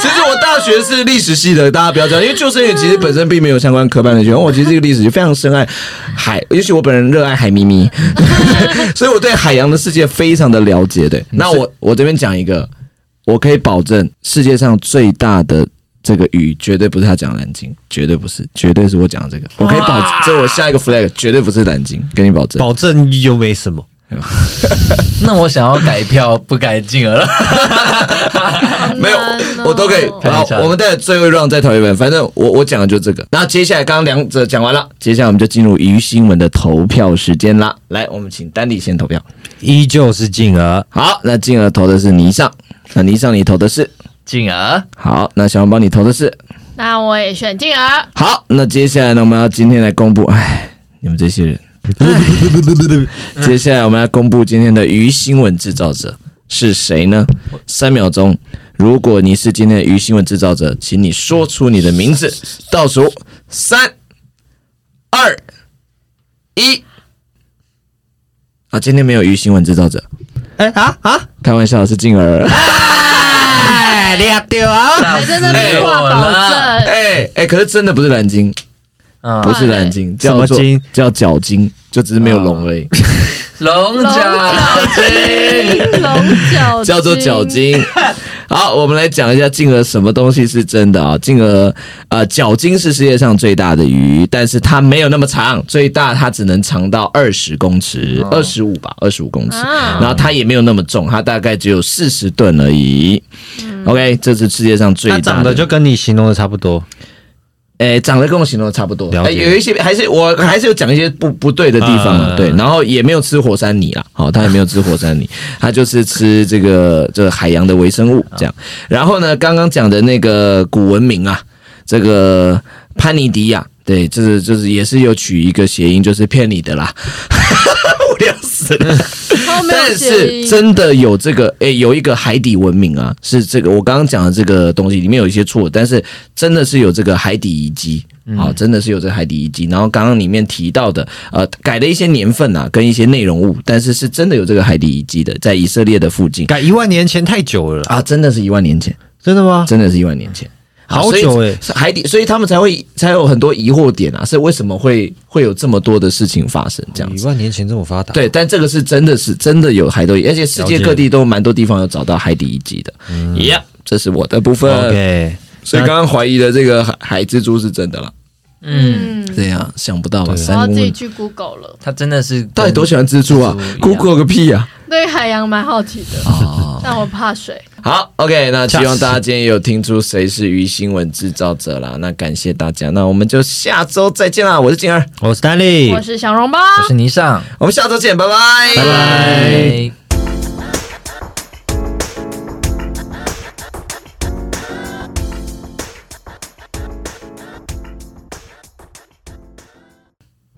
其实我大学是历史系的，大家不要这样，因为救生员其实本身并没有相关科班的学生。我其实这个历史就非常深爱海，尤其我本人热爱海咪咪， 所以我对海洋的世界非常的了解。对，那我我这边讲一个，我可以保证世界上最大的。这个鱼绝对不是他讲的蓝鲸，绝对不是，绝对是我讲的这个。我可以保，这我下一个 flag 绝对不是蓝鲸，跟你保证。
保证又没什么。
那我想要改票，不改进了。
没有
好难哦，
我都可以。
开玩
好
笑，的
我们待最后一 round 再讨一遍。反正我我讲的就这个。那接下来刚刚两者讲完了，接下来我们就进入鱼新闻的投票时间啦。来，我们请丹弟先投票。
依旧是静儿，
好，那进而投的是霓裳，那霓裳你投的是
进而
好，那小红包你投的是
那我也选静儿，
好。那接下来呢，我们要今天来公布，哎，你们这些人。唉 接下来我们来公布今天的鱼新闻制造者是谁呢？三秒钟，如果你是今天的鱼新闻制造者，请你说出你的名字，倒数三、二、一。啊，今天没有鱼新闻制造者，
哎啊啊！
开玩笑，是静儿。
哎，俩丢啊！
打
还
死
哎真的没话
我
保
了。
哎
证。
哎、可是真的不是蓝鲸，
嗯
不是蓝鲸，
什
叫
么
做
鲸
叫角鲸，就只是没有龙而已，
龙
龙
角
角鲸，龙角 鲸
叫做角。鲸。好，我们来讲一下静儿什么东西是真的啊？静儿，呃，角鲸是世界上最大的鱼，但是它没有那么长，最大它只能长到二十公尺，二十五吧，二十五公尺。
啊
然后它也没有那么重，它大概只有四十吨而已。OK，这是世界上最
它
大
长得
的
就跟你形容的差不多，
诶，长得跟我形容的差不多，
了
诶，
解
有一些还是我还是有讲一些不不对的地方啊，
嗯
对，然后也没有吃火山泥啦，好、他也没有吃火山泥，他就是吃这个这个海洋的微生物这
嗯
样。然后呢，刚刚讲的那个古文明啊，这个潘尼迪亚，对，就是就是也是有取一个谐音，就是骗你的啦， 无聊死了。
后面
但
有谐
是
音
真的有这个，诶、有一个海底文明啊，是这个我刚刚讲的这个东西里面有一些错，但是真的是有这个海底遗迹。
嗯
好、真的是有这个海底遗迹。然后刚刚里面提到的，呃，改了一些年份啊，跟一些内容物，但是是真的有这个海底遗迹的，在以色列的附近
改一万年前太久了啦，
啊，真的是一万年前，
真的吗？
真的是一万年前，啊
好久
所以
欸
是海底，所以他们才会才有很多疑惑点啊，是为什么会会有这么多的事情发生这样子
一？万年前这么发达，
对，但这个是真的是真的有海底遗迹，而且世界
了解
各地都有蛮多地方有找到海底遗迹的。y 这是我的部分。
，OK，
所以刚刚怀疑的这个海海蜘蛛是真的了。
嗯，
对啊呀、想不到吧？
我要
三
自
公
己
分。
去 Google 了，
他真的是
到底多喜欢蜘蛛啊
蜘蛛一样
？Google 个屁啊呀、
对海洋蛮好奇的，
啊！
但我怕水。
好，OK，那希
吓
望
死
大家今天有听出谁是鱼新闻制造者啦。那感谢大家，那我们就下周再见啦。我是静儿，
我是丹力，
我是小笼包，
我是霓裳，
我们下周见，拜
拜。